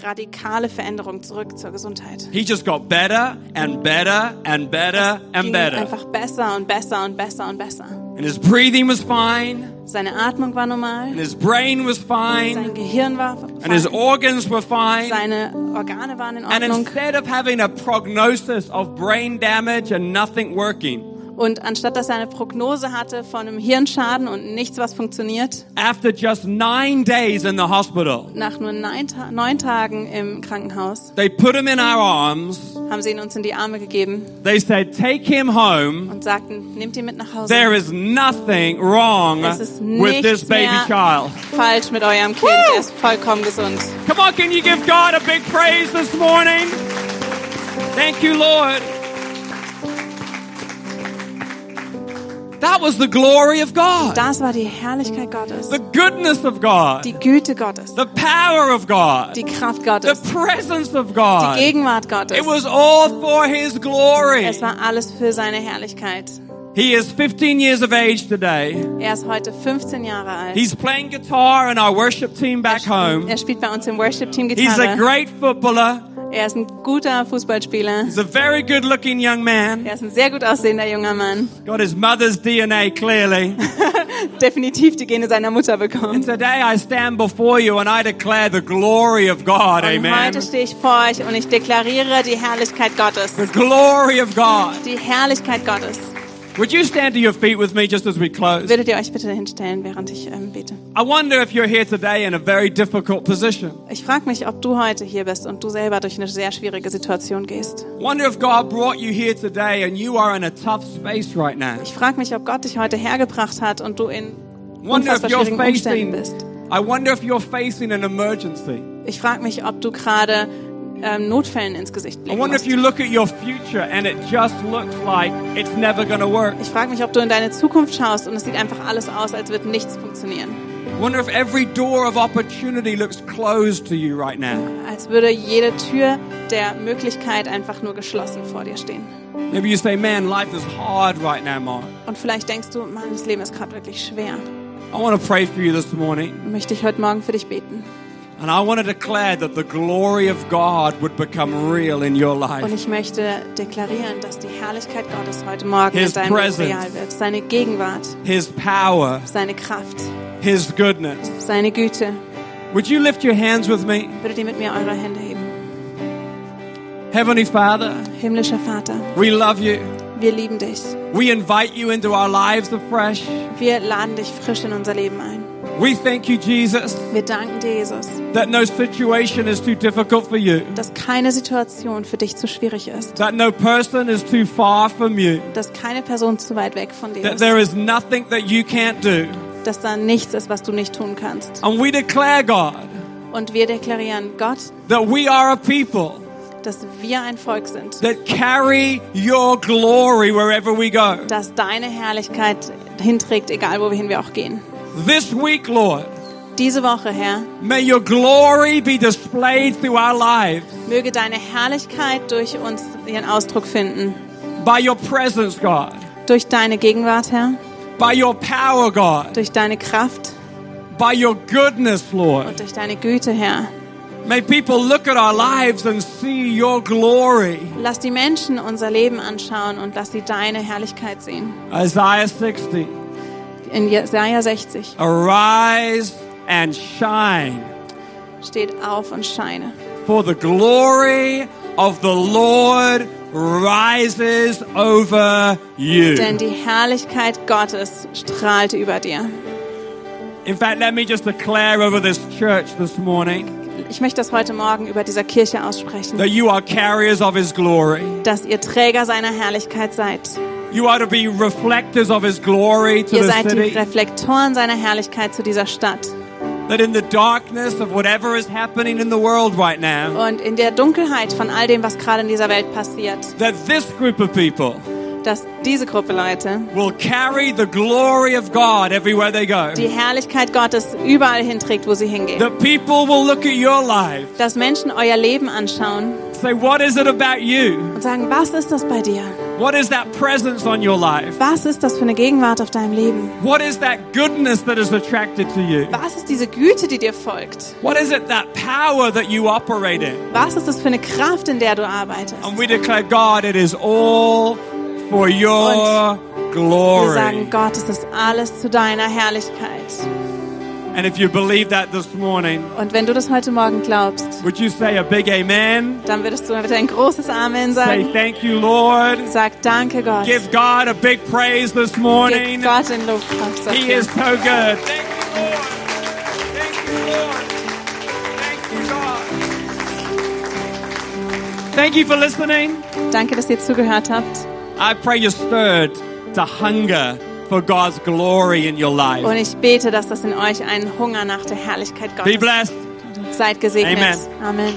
Speaker 3: radikale Veränderung zurück zur Gesundheit.
Speaker 2: He just got better and better and better
Speaker 3: Es
Speaker 2: and
Speaker 3: ging
Speaker 2: better.
Speaker 3: einfach besser und besser und besser und besser.
Speaker 2: And his breathing was fine,
Speaker 3: Seine Atmung war
Speaker 2: and
Speaker 3: normal,
Speaker 2: his brain was
Speaker 3: sein
Speaker 2: fine,
Speaker 3: Gehirn war
Speaker 2: and his
Speaker 3: fein,
Speaker 2: organs were fine.
Speaker 3: seine Organe waren in
Speaker 2: And
Speaker 3: Ordnung.
Speaker 2: instead of having a prognosis of brain damage and nothing working,
Speaker 3: Und anstatt dass er eine Prognose hatte von einem Hirnschaden und nichts, was funktioniert,
Speaker 2: after just nine days in the hospital,
Speaker 3: nach nur neun, Ta neun Tagen im Krankenhaus,
Speaker 2: they put him in our arms.
Speaker 3: haben sie ihn uns in die Arme gegeben
Speaker 2: They said, Take him home.
Speaker 3: und sagten, nehmt ihn mit nach Hause.
Speaker 2: There is nothing wrong
Speaker 3: Es ist
Speaker 2: with this
Speaker 3: nichts
Speaker 2: baby
Speaker 3: mehr
Speaker 2: child.
Speaker 3: falsch mit eurem Kind. Er ist vollkommen gesund.
Speaker 2: Come on, can you give God a big praise this morning? Thank you, Lord. That was the glory of God,
Speaker 3: Das war die Herrlichkeit Gottes,
Speaker 2: the goodness of God,
Speaker 3: die Güte Gottes,
Speaker 2: the power of God.
Speaker 3: die Kraft
Speaker 2: the
Speaker 3: Gottes,
Speaker 2: presence of
Speaker 3: die
Speaker 2: God.
Speaker 3: Gegenwart Gottes.
Speaker 2: It was all for His glory.
Speaker 3: Es war alles für seine Herrlichkeit.
Speaker 2: He is 15 years of age today.
Speaker 3: Er ist heute 15 Jahre alt.
Speaker 2: He's playing guitar in our worship team
Speaker 3: er,
Speaker 2: back
Speaker 3: spielt,
Speaker 2: home.
Speaker 3: er spielt bei uns im Worship-Team
Speaker 2: He's a
Speaker 3: Gitarre.
Speaker 2: great footballer.
Speaker 3: Er ist ein guter Fußballspieler.
Speaker 2: He's a very good looking young man.
Speaker 3: Er ist ein sehr gut aussehender junger Mann.
Speaker 2: Got his mother's DNA clearly.
Speaker 3: Definitiv die Gene seiner Mutter
Speaker 2: And
Speaker 3: bekommen.
Speaker 2: today I stand before you and I declare the glory of God.
Speaker 3: Und
Speaker 2: Amen.
Speaker 3: heute stehe ich vor euch und ich deklariere die Herrlichkeit Gottes.
Speaker 2: The glory of God.
Speaker 3: Die Herrlichkeit Gottes.
Speaker 2: Would you stand to your feet with me just as we close?
Speaker 3: Würdet ihr euch bitte hinstellen, während ich ähm, bete?
Speaker 2: I wonder if you're here today in a very difficult position.
Speaker 3: Ich frage mich, ob du heute hier bist und du selber durch eine sehr schwierige Situation gehst.
Speaker 2: Wonder if God brought you here today and you are in a tough space right now.
Speaker 3: Ich frage mich, ob Gott dich heute hergebracht hat und du in
Speaker 2: Wonder if
Speaker 3: unfassbar
Speaker 2: you're
Speaker 3: schwierigen
Speaker 2: facing
Speaker 3: Umständen bist.
Speaker 2: I wonder if you're facing an emergency.
Speaker 3: Ich frage mich, ob du gerade ähm, Notfällen ins Gesicht
Speaker 2: I
Speaker 3: blicken
Speaker 2: wonder if
Speaker 3: musst.
Speaker 2: you look at your future and it just looks like it's never going to work.
Speaker 3: Ich frage mich, ob du in deine Zukunft schaust und es sieht einfach alles aus, als würde nichts funktionieren.
Speaker 2: Wonder if every door of opportunity looks closed to you right now.
Speaker 3: Als würde jede Tür der Möglichkeit einfach nur geschlossen vor dir stehen.
Speaker 2: Maybe you say, "Man, life is hard right now, Mark."
Speaker 3: Und vielleicht denkst du, Mann, das Leben ist gerade wirklich schwer.
Speaker 2: I want to pray for you this morning,
Speaker 3: Möchte ich heute Morgen für dich beten.
Speaker 2: and I want to declare that the glory of God would become real in your
Speaker 3: Und
Speaker 2: life.
Speaker 3: ich möchte deklarieren, dass die Herrlichkeit Gottes heute Morgen
Speaker 2: His
Speaker 3: in deinem Leben
Speaker 2: presence.
Speaker 3: real wird. Seine Gegenwart,
Speaker 2: His power,
Speaker 3: seine Kraft,
Speaker 2: his goodness.
Speaker 3: seine Güte.
Speaker 2: Would you lift your hands with me?
Speaker 3: Würdet ihr mit mir eure Hände heben?
Speaker 2: Heavenly Father,
Speaker 3: Himmlischer Vater,
Speaker 2: we love you.
Speaker 3: wir lieben dich.
Speaker 2: We invite you into our lives afresh.
Speaker 3: Wir laden dich frisch in unser Leben ein.
Speaker 2: We thank you, Jesus,
Speaker 3: Wir danken dir, Jesus,
Speaker 2: that no situation is too difficult for you,
Speaker 3: dass keine Situation für dich zu schwierig ist.
Speaker 2: that no person is too far from you,
Speaker 3: Dass keine Person zu weit weg von dir
Speaker 2: that there
Speaker 3: ist.
Speaker 2: is nothing that you can't do.
Speaker 3: Dass da nichts ist, was du nicht tun kannst.
Speaker 2: And we declare, God,
Speaker 3: Und wir deklarieren, Gott,
Speaker 2: that we are a people
Speaker 3: dass wir ein Volk sind.
Speaker 2: that carry your glory wherever we go.
Speaker 3: Dass deine Herrlichkeit hinträgt, egal wohin wir auch gehen.
Speaker 2: This week, Lord,
Speaker 3: Diese Woche, Herr,
Speaker 2: may your glory be displayed through our lives
Speaker 3: möge deine Herrlichkeit durch uns ihren Ausdruck finden.
Speaker 2: by your presence, God,
Speaker 3: Durch deine Gegenwart, Herr,
Speaker 2: by your power, God.
Speaker 3: durch deine Kraft
Speaker 2: by your goodness,
Speaker 3: und
Speaker 2: Lord.
Speaker 3: durch deine Güte, Herr.
Speaker 2: May people look at our lives and see your glory.
Speaker 3: Lass die Menschen unser Leben anschauen und lass sie deine Herrlichkeit sehen.
Speaker 2: Isaiah 60.
Speaker 3: In Jesaja 60
Speaker 2: Arise and shine,
Speaker 3: steht auf und scheine.
Speaker 2: for the glory of the Lord rises over
Speaker 3: Denn
Speaker 2: you.
Speaker 3: die Herrlichkeit Gottes strahlt über dir.
Speaker 2: In fact, let me just declare over this church this morning
Speaker 3: Ich möchte das heute Morgen über dieser Kirche aussprechen,
Speaker 2: that you are carriers of His glory.
Speaker 3: dass ihr Träger seiner Herrlichkeit seid.
Speaker 2: You are to be reflectors of His glory to
Speaker 3: Ihr
Speaker 2: the
Speaker 3: seid die
Speaker 2: city.
Speaker 3: Reflektoren seiner Herrlichkeit zu dieser Stadt.
Speaker 2: That in the darkness of whatever is happening in the world right now,
Speaker 3: Und in der Dunkelheit von all dem, was gerade in dieser Welt passiert,
Speaker 2: that this group of people
Speaker 3: dass diese Gruppe Leute
Speaker 2: will carry the glory of God everywhere they go.
Speaker 3: die Herrlichkeit Gottes überall hinträgt, wo sie hingehen.
Speaker 2: That people will look at your life,
Speaker 3: Dass Menschen euer Leben anschauen
Speaker 2: say, What is it about you?
Speaker 3: und sagen, was ist das bei dir?
Speaker 2: What is that presence on your life?
Speaker 3: Was ist das für eine Gegenwart auf deinem Leben?
Speaker 2: What is that goodness that is attracted to you?
Speaker 3: Was ist diese Güte, die dir folgt?
Speaker 2: What is it that power that you operate in?
Speaker 3: Was ist das für eine Kraft, in der du arbeitest?
Speaker 2: And we declare, God, it is all for your
Speaker 3: Wir
Speaker 2: glory.
Speaker 3: sagen, Gott, es ist alles zu deiner Herrlichkeit.
Speaker 2: And if you believe that this morning,
Speaker 3: Und wenn du das heute Morgen glaubst,
Speaker 2: would you say a big amen?
Speaker 3: dann würdest du mit ein großes Amen
Speaker 2: Say
Speaker 3: sagen.
Speaker 2: thank you, Lord.
Speaker 3: Sag danke, Gott.
Speaker 2: Give God a big praise this
Speaker 3: Gib
Speaker 2: morning.
Speaker 3: Gott den Lobpreis.
Speaker 2: He
Speaker 3: dafür.
Speaker 2: is so good. Thank you, Lord. Thank you, Lord. Thank you, God. Thank you for listening.
Speaker 3: Danke, dass ihr zugehört habt.
Speaker 2: I pray you're stirred to hunger for God's glory in your
Speaker 3: Und
Speaker 2: life.
Speaker 3: ich bete, dass das in euch einen Hunger nach der Herrlichkeit
Speaker 2: Be
Speaker 3: Gottes
Speaker 2: blessed.
Speaker 3: Seid gesegnet. Amen.